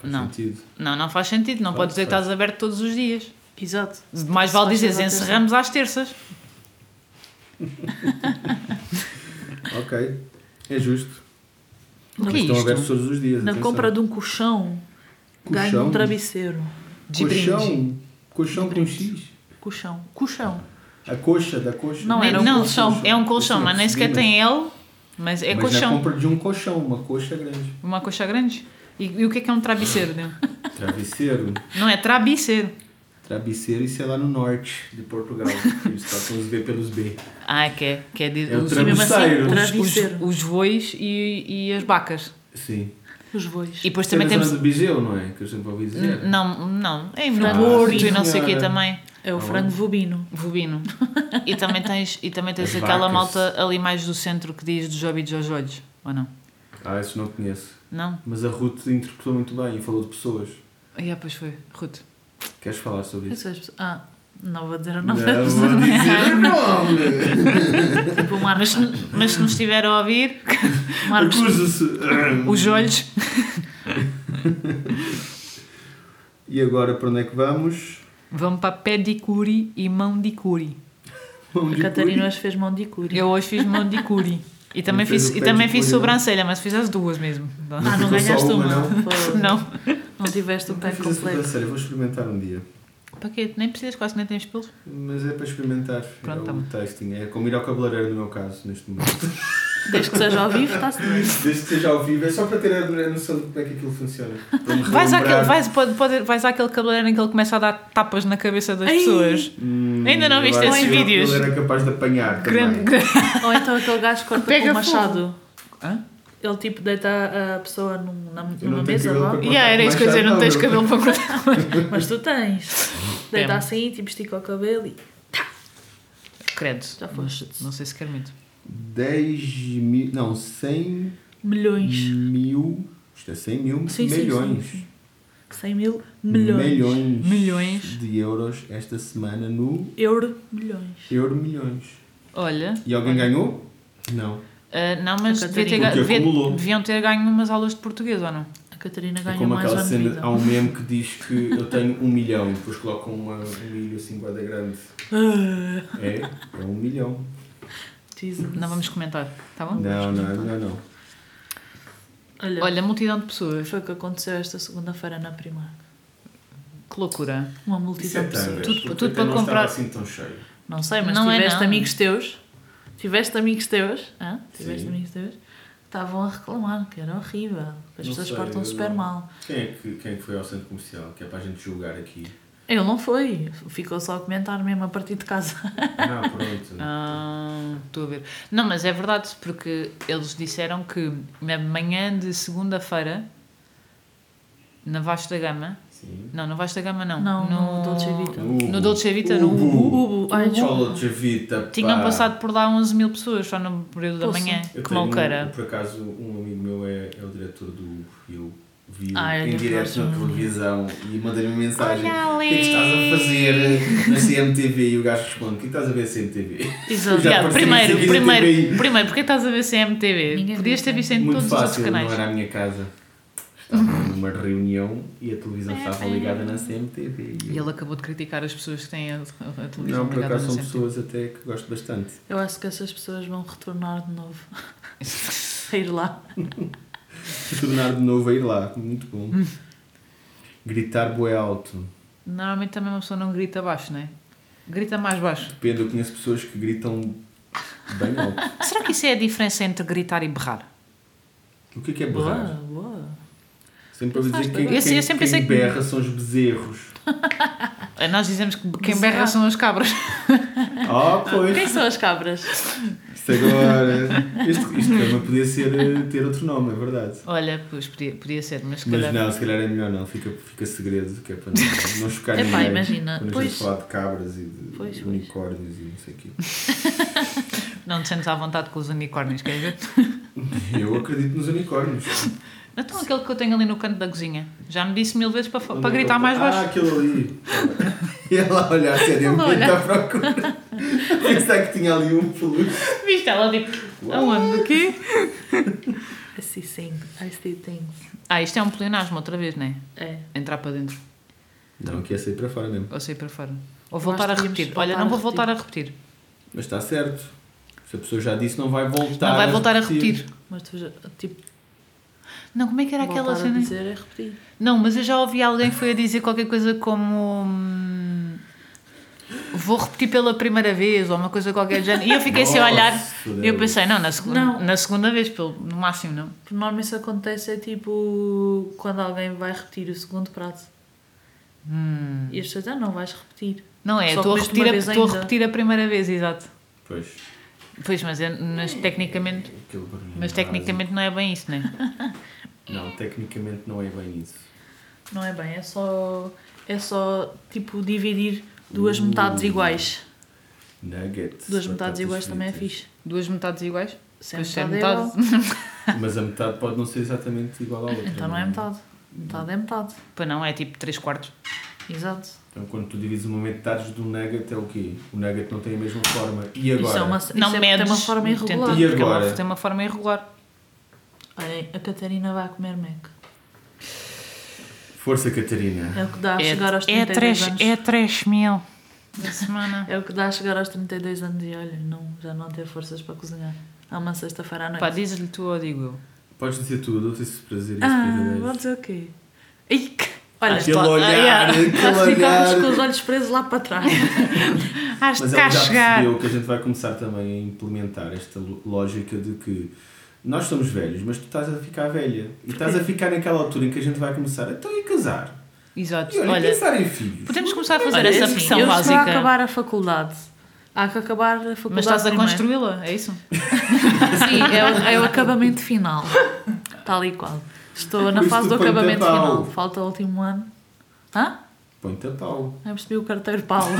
[SPEAKER 1] Faz
[SPEAKER 3] Não.
[SPEAKER 1] sentido.
[SPEAKER 3] Não, não faz sentido. Não
[SPEAKER 1] Claro
[SPEAKER 3] podes
[SPEAKER 1] que
[SPEAKER 3] dizer que
[SPEAKER 1] faz.
[SPEAKER 3] estás aberto todos os dias.
[SPEAKER 2] Exato.
[SPEAKER 3] Mais
[SPEAKER 2] Se
[SPEAKER 3] vale
[SPEAKER 2] faz
[SPEAKER 3] dizeres
[SPEAKER 2] sentido à terça.
[SPEAKER 3] encerramos às terças.
[SPEAKER 1] Ok. É justo.
[SPEAKER 3] O
[SPEAKER 1] mas
[SPEAKER 3] que é
[SPEAKER 1] estão abertos
[SPEAKER 3] isto?
[SPEAKER 1] todos os dias.
[SPEAKER 2] Na
[SPEAKER 1] atenção.
[SPEAKER 2] compra de um colchão,
[SPEAKER 1] Colchão?
[SPEAKER 2] ganho um travesseiro.
[SPEAKER 3] De brinde.
[SPEAKER 1] Colchão. Colchão com X.
[SPEAKER 2] Colchão. Colchão.
[SPEAKER 1] A coxa da coxa.
[SPEAKER 2] Não, era um
[SPEAKER 3] não,
[SPEAKER 2] colchão.
[SPEAKER 3] é um
[SPEAKER 1] Isso
[SPEAKER 3] colchão,
[SPEAKER 1] não
[SPEAKER 3] mas nem sequer
[SPEAKER 1] percebi, mas-
[SPEAKER 3] tem L, mas é
[SPEAKER 1] mas
[SPEAKER 3] colchão.
[SPEAKER 1] na compra de um colchão, uma coxa grande.
[SPEAKER 3] Uma coxa grande. E, e o que é que é um travesseiro, né?
[SPEAKER 1] Travesseiro.
[SPEAKER 3] Não é travesseiro.
[SPEAKER 1] Travesseiro, isso é lá no norte de Portugal. Eles tocam os B pelos B.
[SPEAKER 3] Ah, que é, que é de,
[SPEAKER 1] É o
[SPEAKER 3] os,
[SPEAKER 1] travesseiro.
[SPEAKER 2] mesmo assim,
[SPEAKER 3] os, os,
[SPEAKER 2] Travesseiro.
[SPEAKER 3] os bois e, e as vacas.
[SPEAKER 1] Sim.
[SPEAKER 2] Os bois.
[SPEAKER 3] E depois
[SPEAKER 1] Também
[SPEAKER 3] também
[SPEAKER 1] na
[SPEAKER 3] temos.
[SPEAKER 1] zona do Bijeu, não é? Que eu sempre ouvi dizer.
[SPEAKER 3] N- Não, não. É no
[SPEAKER 2] Frango.
[SPEAKER 3] Porto
[SPEAKER 1] Sim,
[SPEAKER 3] e não sei o quê
[SPEAKER 1] senhora.
[SPEAKER 3] também.
[SPEAKER 2] É o frango bobino.
[SPEAKER 3] Bovino. E também tens, e também tens
[SPEAKER 1] As
[SPEAKER 3] aquela
[SPEAKER 1] vacas.
[SPEAKER 3] malta ali mais do centro que diz dos e dos olhos. Ou não?
[SPEAKER 1] Ah, isso não conheço.
[SPEAKER 3] Não?
[SPEAKER 1] Mas a Ruth interpretou muito bem e falou de pessoas.
[SPEAKER 3] Ah, yeah, pois foi. Ruth.
[SPEAKER 1] Queres falar sobre isso?
[SPEAKER 2] Essas pessoas- Ah, não vou dizer o
[SPEAKER 1] Não
[SPEAKER 2] nome da pessoa.
[SPEAKER 1] vou dizer o nome.
[SPEAKER 2] Tipo o Marcos,
[SPEAKER 3] Mas, se- mas se nos estiver a ouvir,
[SPEAKER 2] Marcos
[SPEAKER 1] Acusa-se.
[SPEAKER 3] os olhos.
[SPEAKER 1] E agora para onde é que vamos?
[SPEAKER 3] Vamos para pé de curi e mão de curi.
[SPEAKER 1] Mão de
[SPEAKER 2] A Catarina
[SPEAKER 1] curi.
[SPEAKER 2] hoje fez mão de cura.
[SPEAKER 3] Eu hoje fiz mão de curi. E também
[SPEAKER 1] fez
[SPEAKER 3] fiz,
[SPEAKER 1] o
[SPEAKER 3] e
[SPEAKER 1] pé de
[SPEAKER 3] também fiz
[SPEAKER 1] curi, né? não?
[SPEAKER 3] sobrancelha, mas fiz as duas mesmo.
[SPEAKER 2] Ah, não
[SPEAKER 1] Ficou só
[SPEAKER 2] ganhaste
[SPEAKER 1] uma,
[SPEAKER 2] uma.
[SPEAKER 1] não?
[SPEAKER 2] Foda-se.
[SPEAKER 3] Não,
[SPEAKER 2] Não
[SPEAKER 3] é
[SPEAKER 2] tiveste o pé
[SPEAKER 1] Fiz a
[SPEAKER 2] completo.
[SPEAKER 1] sobrancelha, vou experimentar um dia.
[SPEAKER 3] para quê? Nem precisas, quase nem tens pelos.
[SPEAKER 1] Mas é para experimentar.
[SPEAKER 3] Pronto,
[SPEAKER 1] é
[SPEAKER 3] tá
[SPEAKER 1] um
[SPEAKER 3] bom.
[SPEAKER 1] testing. É como ir ao cabeleireiro no meu caso, neste momento.
[SPEAKER 2] Desde que seja ao vivo, está-se bem.
[SPEAKER 1] Desde que seja ao vivo, é só para ter a noção de como é que aquilo funciona. Para me
[SPEAKER 3] Vais,
[SPEAKER 1] relembrar.
[SPEAKER 3] àquele, vais, pode, pode, vais àquele cabeleireiro em que ele começa a dar tapas na cabeça das
[SPEAKER 2] Ai!
[SPEAKER 3] pessoas.
[SPEAKER 1] Hum,
[SPEAKER 3] Ainda não
[SPEAKER 1] eu
[SPEAKER 3] viste
[SPEAKER 1] acho
[SPEAKER 3] esses
[SPEAKER 1] que
[SPEAKER 3] vídeos?
[SPEAKER 1] Ele era capaz de apanhar
[SPEAKER 3] Grande,
[SPEAKER 1] também.
[SPEAKER 3] grande.
[SPEAKER 2] Ou então aquele gajo corta com
[SPEAKER 3] Pega
[SPEAKER 2] o machado.
[SPEAKER 3] Hã?
[SPEAKER 2] Ele tipo deita a pessoa num- na,
[SPEAKER 1] Eu não
[SPEAKER 2] numa
[SPEAKER 1] tenho
[SPEAKER 2] mesa
[SPEAKER 1] cabelo
[SPEAKER 2] lá.
[SPEAKER 1] para
[SPEAKER 3] Yeah, era isso que eu ia dizer, não tens cabelo para cortar.
[SPEAKER 2] Mas tu tens. Deita
[SPEAKER 3] Tem.
[SPEAKER 2] assim, tipo estica o cabelo e.
[SPEAKER 3] Credo.
[SPEAKER 2] Já foste.
[SPEAKER 3] Não sei se quer muito.
[SPEAKER 1] 10 mil. Não, 100 Hum.
[SPEAKER 2] Milhões.
[SPEAKER 1] mil. Isto é 100 mil
[SPEAKER 2] Sim, sim,
[SPEAKER 1] milhões.
[SPEAKER 2] sim, 100 mil milhões.
[SPEAKER 1] Milhões
[SPEAKER 3] Milhões.
[SPEAKER 1] de euros esta semana no
[SPEAKER 2] Euro milhões.
[SPEAKER 1] Euro Milhões.
[SPEAKER 3] Olha.
[SPEAKER 1] E alguém ganhou? Não.
[SPEAKER 3] Ah, não, mas
[SPEAKER 2] A
[SPEAKER 3] devia ter,
[SPEAKER 2] Catarina.
[SPEAKER 3] ga-
[SPEAKER 1] Porque
[SPEAKER 3] devia-
[SPEAKER 1] acumulou.
[SPEAKER 3] deviam ter ganho umas aulas de português ou não?
[SPEAKER 2] A Catarina
[SPEAKER 1] É
[SPEAKER 2] ganha
[SPEAKER 1] como
[SPEAKER 2] mais
[SPEAKER 1] aquela
[SPEAKER 2] anos de
[SPEAKER 1] cena,
[SPEAKER 2] vida.
[SPEAKER 1] há um meme que diz que eu tenho um milhão e depois colocam uma, um milho assim guarda grande.
[SPEAKER 2] Ah,
[SPEAKER 1] É, é um milhão.
[SPEAKER 2] Jesus.
[SPEAKER 3] Não vamos comentar, tá bom?
[SPEAKER 1] Não, não, não, não.
[SPEAKER 2] Olha,
[SPEAKER 3] Olha, multidão de pessoas.
[SPEAKER 2] foi o que aconteceu esta segunda-feira na Primark.
[SPEAKER 3] Que loucura.
[SPEAKER 2] Uma
[SPEAKER 1] Isso
[SPEAKER 2] multidão
[SPEAKER 1] é
[SPEAKER 2] de pessoas.
[SPEAKER 1] tangas.
[SPEAKER 3] Tudo-
[SPEAKER 1] Porque
[SPEAKER 3] tudo
[SPEAKER 1] até
[SPEAKER 3] para
[SPEAKER 1] não
[SPEAKER 3] comprar.
[SPEAKER 1] estava assim tão cheio.
[SPEAKER 2] Não sei, mas
[SPEAKER 3] Não é
[SPEAKER 2] tiveste
[SPEAKER 3] não.
[SPEAKER 2] amigos teus, tiveste amigos teus, hã? tiveste
[SPEAKER 1] Sim.
[SPEAKER 2] amigos teus, que estavam a reclamar que era horrível, que as
[SPEAKER 1] Não
[SPEAKER 2] pessoas
[SPEAKER 1] sei,
[SPEAKER 2] portam
[SPEAKER 1] eu
[SPEAKER 2] super
[SPEAKER 1] não-
[SPEAKER 2] mal.
[SPEAKER 1] Quem é, que, quem é que foi ao centro comercial? Que é para a gente julgar aqui.
[SPEAKER 2] Ele não foi, ficou só a comentar mesmo a partir de casa.
[SPEAKER 1] Ah, pronto.
[SPEAKER 3] Ah, Estou a ver. Não, mas é verdade, porque eles disseram que na manhã de segunda-feira, na Vasta Gama,
[SPEAKER 1] Sim.
[SPEAKER 3] não, na Vasta Gama não,
[SPEAKER 2] Não, no Dolce Vita.
[SPEAKER 3] no Dolce Vita, Uh, no
[SPEAKER 1] Ubu.
[SPEAKER 2] Ubu, ai,
[SPEAKER 1] Só
[SPEAKER 2] desculpa.
[SPEAKER 1] Dolce Vita, pá.
[SPEAKER 3] tinham passado por lá 11 mil pessoas só no período da
[SPEAKER 2] Poxa.
[SPEAKER 3] manhã.
[SPEAKER 1] Eu
[SPEAKER 3] que
[SPEAKER 1] tenho um-
[SPEAKER 3] malqueira.
[SPEAKER 1] Por acaso, um amigo meu é, é o diretor do Ubu. e Eu vi
[SPEAKER 2] Ah, é
[SPEAKER 1] em
[SPEAKER 2] do
[SPEAKER 1] direto na
[SPEAKER 2] próximo.
[SPEAKER 1] televisão e mandei-lhe uma mensagem.
[SPEAKER 3] Olha
[SPEAKER 1] O que é que estás a fazer na CMTV? E o gajo responde: O que estás a ver CMTV?
[SPEAKER 2] Exato.
[SPEAKER 1] Já
[SPEAKER 3] Yeah,
[SPEAKER 1] apareci
[SPEAKER 3] primeiro,
[SPEAKER 1] em
[SPEAKER 3] primeiro,
[SPEAKER 1] CMTV.
[SPEAKER 3] primeiro, porque estás a ver CMTV?
[SPEAKER 2] Ninguém
[SPEAKER 3] Podias
[SPEAKER 2] vê, né?
[SPEAKER 3] ter visto em
[SPEAKER 1] Muito
[SPEAKER 3] todos os
[SPEAKER 1] fácil,
[SPEAKER 3] outros canais.
[SPEAKER 1] não era a minha casa. Estava numa reunião e a televisão estava ligada na CMTV.
[SPEAKER 3] É, E ele acabou de criticar as pessoas que têm a, a televisão
[SPEAKER 1] Não, por
[SPEAKER 3] ligada
[SPEAKER 1] acaso
[SPEAKER 3] no
[SPEAKER 1] são
[SPEAKER 3] centro.
[SPEAKER 1] pessoas até que gosto bastante.
[SPEAKER 2] Eu acho que essas pessoas vão retornar de novo. Sair lá.
[SPEAKER 1] Tornar de novo a ir lá, muito bom.
[SPEAKER 3] Hum.
[SPEAKER 1] Gritar bué alto.
[SPEAKER 3] Normalmente também uma pessoa não grita baixo, não é? Grita mais baixo.
[SPEAKER 1] Pedro, eu conheço pessoas que gritam bem alto.
[SPEAKER 3] Será que isso é a diferença entre gritar e berrar?
[SPEAKER 1] O que é que é berrar?
[SPEAKER 2] Boa, boa.
[SPEAKER 1] Sempre ouvi dizer que quem,
[SPEAKER 3] Eu sei- eu
[SPEAKER 1] quem-
[SPEAKER 3] sempre
[SPEAKER 1] quem
[SPEAKER 3] sei que-
[SPEAKER 1] berra são os bezerros.
[SPEAKER 3] Eh, Nós dizemos que quem
[SPEAKER 2] Bezerra.
[SPEAKER 3] berra são as cabras.
[SPEAKER 1] Ah, pois.
[SPEAKER 2] Quem são as cabras?
[SPEAKER 1] Isto agora. Isto, isto também podia ser, eh, ter outro nome, é verdade.
[SPEAKER 3] Olha, pois podia, podia ser, mas se
[SPEAKER 1] Mas
[SPEAKER 3] calhar.
[SPEAKER 1] não, se calhar é melhor não, fica, fica segredo, que é para não, não chocar
[SPEAKER 2] Epá,
[SPEAKER 1] ninguém.
[SPEAKER 2] imagina,
[SPEAKER 1] Quando a
[SPEAKER 2] pois.
[SPEAKER 1] gente falar de cabras e de
[SPEAKER 2] Pois, pois.
[SPEAKER 1] unicórnios e não sei o quê.
[SPEAKER 3] Não te sentes à vontade com os unicórnios, queres ver?
[SPEAKER 1] Eu acredito nos unicórnios.
[SPEAKER 3] Então aquele que eu tenho ali no canto da cozinha. Já me disse mil vezes para, fa-
[SPEAKER 1] Onde
[SPEAKER 3] para
[SPEAKER 1] é que
[SPEAKER 3] gritar
[SPEAKER 1] ele-
[SPEAKER 3] mais
[SPEAKER 1] Ah,
[SPEAKER 3] baixo.
[SPEAKER 1] aquele ali. E ela a olhar assim, seriamente
[SPEAKER 2] Ela a
[SPEAKER 1] à procura. Pensar que tinha ali um peluche.
[SPEAKER 3] Viste ela tipo. Aonde? Aqui?
[SPEAKER 2] I see things. I see things.
[SPEAKER 3] Ah, isto é um plenasmo outra vez, não é?
[SPEAKER 2] É.
[SPEAKER 3] Entrar para dentro.
[SPEAKER 1] Não, aqui é sair para fora mesmo.
[SPEAKER 3] Ou sair para fora. Ou voltar a
[SPEAKER 2] acho que devíamos
[SPEAKER 3] repetir.
[SPEAKER 2] voltar
[SPEAKER 3] Olha,
[SPEAKER 2] a
[SPEAKER 3] não vou voltar a repetir.
[SPEAKER 1] Mas está certo. Se a pessoa já disse, não vai voltar.
[SPEAKER 3] Não vai voltar a repetir.
[SPEAKER 2] Mas tu já, tipo,
[SPEAKER 3] Não, como é que era aquela
[SPEAKER 2] voltar a
[SPEAKER 3] cena?
[SPEAKER 2] dizer é repetir.
[SPEAKER 3] Não, mas eu já ouvi alguém que foi a dizer qualquer coisa como. hum, Vou repetir pela primeira vez ou uma coisa qualquer do género. E eu fiquei sem
[SPEAKER 1] Nossa,
[SPEAKER 3] olhar.
[SPEAKER 1] Deus.
[SPEAKER 3] E eu pensei, não, na segunda,
[SPEAKER 2] Não.
[SPEAKER 3] Na segunda vez, pelo, no máximo, não.
[SPEAKER 2] Por norma isso acontece é tipo quando alguém vai repetir o segundo prato.
[SPEAKER 1] Hum.
[SPEAKER 2] E as pessoas, ah, não vais repetir.
[SPEAKER 3] Não é,
[SPEAKER 2] Só
[SPEAKER 3] estou a,
[SPEAKER 2] comeste
[SPEAKER 3] repetir
[SPEAKER 2] uma
[SPEAKER 3] a,
[SPEAKER 2] vez
[SPEAKER 3] estou a
[SPEAKER 2] ainda.
[SPEAKER 3] repetir a primeira vez, exato.
[SPEAKER 1] Pois.
[SPEAKER 3] Pois, mas, é, mas tecnicamente.
[SPEAKER 1] Aquele barulhinho
[SPEAKER 3] Mas
[SPEAKER 1] básico.
[SPEAKER 3] tecnicamente não é bem isso, né?
[SPEAKER 1] Não, tecnicamente não é bem isso.
[SPEAKER 2] Não é bem, é só. É só tipo dividir duas
[SPEAKER 1] Hum,
[SPEAKER 2] metades iguais.
[SPEAKER 1] Nuggets.
[SPEAKER 2] Duas metades
[SPEAKER 1] batatas
[SPEAKER 2] iguais também é
[SPEAKER 1] fritas.
[SPEAKER 2] fixe.
[SPEAKER 3] Duas metades iguais?
[SPEAKER 2] Se é
[SPEAKER 3] Pois, se é
[SPEAKER 2] metade, é
[SPEAKER 3] metade.
[SPEAKER 2] igual.
[SPEAKER 1] Mas a metade pode não ser exatamente igual à outra.
[SPEAKER 2] Então não é metade. Metade é metade.
[SPEAKER 3] Pois não, é tipo 3 quartos.
[SPEAKER 2] Exato.
[SPEAKER 1] Então quando tu divides uma metade do nugget é o quê? O nugget não tem a mesma forma. E agora?
[SPEAKER 2] Isso é uma,
[SPEAKER 3] Não
[SPEAKER 2] isso é,
[SPEAKER 3] medes.
[SPEAKER 2] tem uma forma
[SPEAKER 3] tenta-
[SPEAKER 2] irregular.
[SPEAKER 1] E
[SPEAKER 3] porque é uma-
[SPEAKER 1] agora?
[SPEAKER 3] Tem uma forma irregular.
[SPEAKER 2] Olhem, a Catarina vai comer Mac.
[SPEAKER 1] Força, Catarina.
[SPEAKER 2] É o que dá a
[SPEAKER 3] É,
[SPEAKER 2] chegar aos
[SPEAKER 3] é,
[SPEAKER 2] 32
[SPEAKER 3] três,
[SPEAKER 2] anos.
[SPEAKER 3] é 3 mil na semana.
[SPEAKER 2] É o que dá a chegar aos 32 anos e olha, não, já não ter forças para cozinhar. Há uma sexta-feira à noite.
[SPEAKER 3] Pá, dizes-lhe tu ou digo eu?
[SPEAKER 1] Podes dizer tudo, eu tenho esse prazer e esse
[SPEAKER 2] ah,
[SPEAKER 1] privilégio.
[SPEAKER 2] vou dizer o quê? Ih, que- Olha,
[SPEAKER 1] Aquele
[SPEAKER 3] Ah,
[SPEAKER 1] olhar,
[SPEAKER 3] yeah.
[SPEAKER 2] já
[SPEAKER 1] aquele
[SPEAKER 2] ficámos com
[SPEAKER 1] olhar.
[SPEAKER 2] os olhos presos lá para trás.
[SPEAKER 3] Has
[SPEAKER 1] Mas ela
[SPEAKER 3] de cá
[SPEAKER 1] já
[SPEAKER 3] chegar.
[SPEAKER 1] percebeu que a gente vai começar também a implementar esta lo- lógica de que nós somos velhos, mas tu estás a ficar velha. E estás a ficar naquela altura em que a gente vai começar então e casar.
[SPEAKER 3] Exato.
[SPEAKER 1] E olha,
[SPEAKER 3] Olha, é um
[SPEAKER 1] pensar em filhos.
[SPEAKER 3] podemos começar a fazer
[SPEAKER 2] Olha,
[SPEAKER 3] essa
[SPEAKER 2] assim,
[SPEAKER 3] pressão
[SPEAKER 2] eu estou a
[SPEAKER 3] básica.
[SPEAKER 2] acabar a faculdade. Há que acabar a faculdade.
[SPEAKER 3] Mas estás a
[SPEAKER 2] primeiro.
[SPEAKER 3] construí-la, é isso?
[SPEAKER 2] Sim, é o, é o acabamento final. Tal e qual. Estou
[SPEAKER 1] Por
[SPEAKER 2] na
[SPEAKER 1] isso
[SPEAKER 2] fase do
[SPEAKER 1] tu põe-te a
[SPEAKER 2] acabamento
[SPEAKER 1] pau.
[SPEAKER 2] final. Falta o último ano. Hã?
[SPEAKER 1] Põe-te a pau.
[SPEAKER 2] Eu percebi o carteiro Paulo.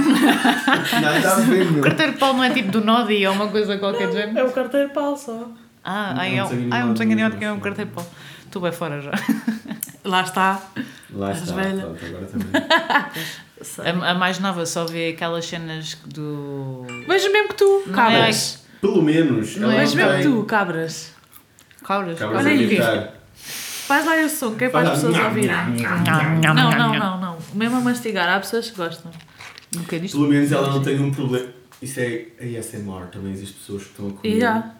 [SPEAKER 1] Nada a ver, meu.
[SPEAKER 3] Carteiro de pau não é tipo do Nodi ou uma coisa qualquer do género?
[SPEAKER 2] o carteiro Paulo só.
[SPEAKER 3] Ah,
[SPEAKER 1] Não,
[SPEAKER 3] ai,
[SPEAKER 1] não tenho
[SPEAKER 3] eu, ai, eu não
[SPEAKER 1] animado
[SPEAKER 3] tenho
[SPEAKER 1] nenhum,
[SPEAKER 3] ideia de quem é um
[SPEAKER 1] acho.
[SPEAKER 3] carteiro de pau. Estou bem fora já.
[SPEAKER 2] Lá está.
[SPEAKER 1] Lá
[SPEAKER 2] Estás
[SPEAKER 1] está,
[SPEAKER 2] velha.
[SPEAKER 1] pronto, agora tá também.
[SPEAKER 3] A, a mais nova só vê aquelas cenas do.
[SPEAKER 2] Vejo mesmo que tu,
[SPEAKER 3] Não é-
[SPEAKER 2] cabras.
[SPEAKER 1] Pelo menos,
[SPEAKER 3] Não
[SPEAKER 1] ela
[SPEAKER 3] é
[SPEAKER 2] Vejo
[SPEAKER 1] tem...
[SPEAKER 2] mesmo que tu, cabras.
[SPEAKER 3] Cobras.
[SPEAKER 1] Acabas
[SPEAKER 2] Olha
[SPEAKER 1] a
[SPEAKER 2] aí.
[SPEAKER 1] gritar.
[SPEAKER 2] Faz lá esse som, que é para as
[SPEAKER 1] Faz lá,
[SPEAKER 2] pessoas
[SPEAKER 1] nham,
[SPEAKER 2] ouvirem.
[SPEAKER 3] Não,
[SPEAKER 2] Não, não, não, não. Mesmo a mastigar, há pessoas que gostam.
[SPEAKER 3] O que é disto?
[SPEAKER 1] Pelo menos ela não tem um problema. Isso é ASMR também, as pessoas que estão a comer.
[SPEAKER 2] E já.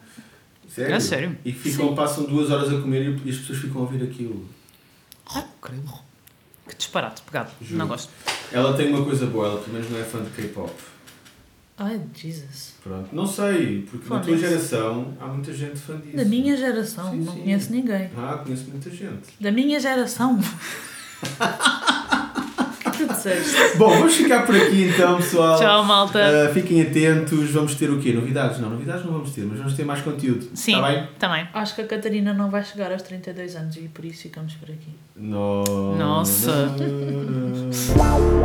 [SPEAKER 1] Sério?
[SPEAKER 3] É sério.
[SPEAKER 1] E que ficam, passam duas horas a comer e- e as pessoas ficam a ouvir aquilo.
[SPEAKER 3] Que disparate, pegado.
[SPEAKER 1] Juro.
[SPEAKER 3] Não gosto.
[SPEAKER 1] Ela tem uma coisa boa, ela pelo menos não é fã de K-pop.
[SPEAKER 2] Ai, Jesus.
[SPEAKER 1] Pronto. Não sei, porque na
[SPEAKER 2] Fã
[SPEAKER 1] tua
[SPEAKER 2] disso.
[SPEAKER 1] geração há muita gente fã disso.
[SPEAKER 2] Da minha geração,
[SPEAKER 1] Sim,
[SPEAKER 2] não
[SPEAKER 1] sim.
[SPEAKER 2] conheço ninguém.
[SPEAKER 1] Ah, conheço muita gente.
[SPEAKER 2] Da minha geração. O que tu disseste?
[SPEAKER 1] Bom, vamos ficar por aqui então, pessoal.
[SPEAKER 3] Tchau, malta.
[SPEAKER 1] Ah, fiquem atentos, vamos ter o quê? Novidades? Não, novidades não vamos ter, mas vamos ter mais conteúdo.
[SPEAKER 3] Sim, tá
[SPEAKER 1] Está bem?
[SPEAKER 3] também.
[SPEAKER 2] Acho que a Catarina não vai chegar aos 32 anos e por isso ficamos por aqui.
[SPEAKER 1] No...
[SPEAKER 3] Nossa.
[SPEAKER 1] Nossa.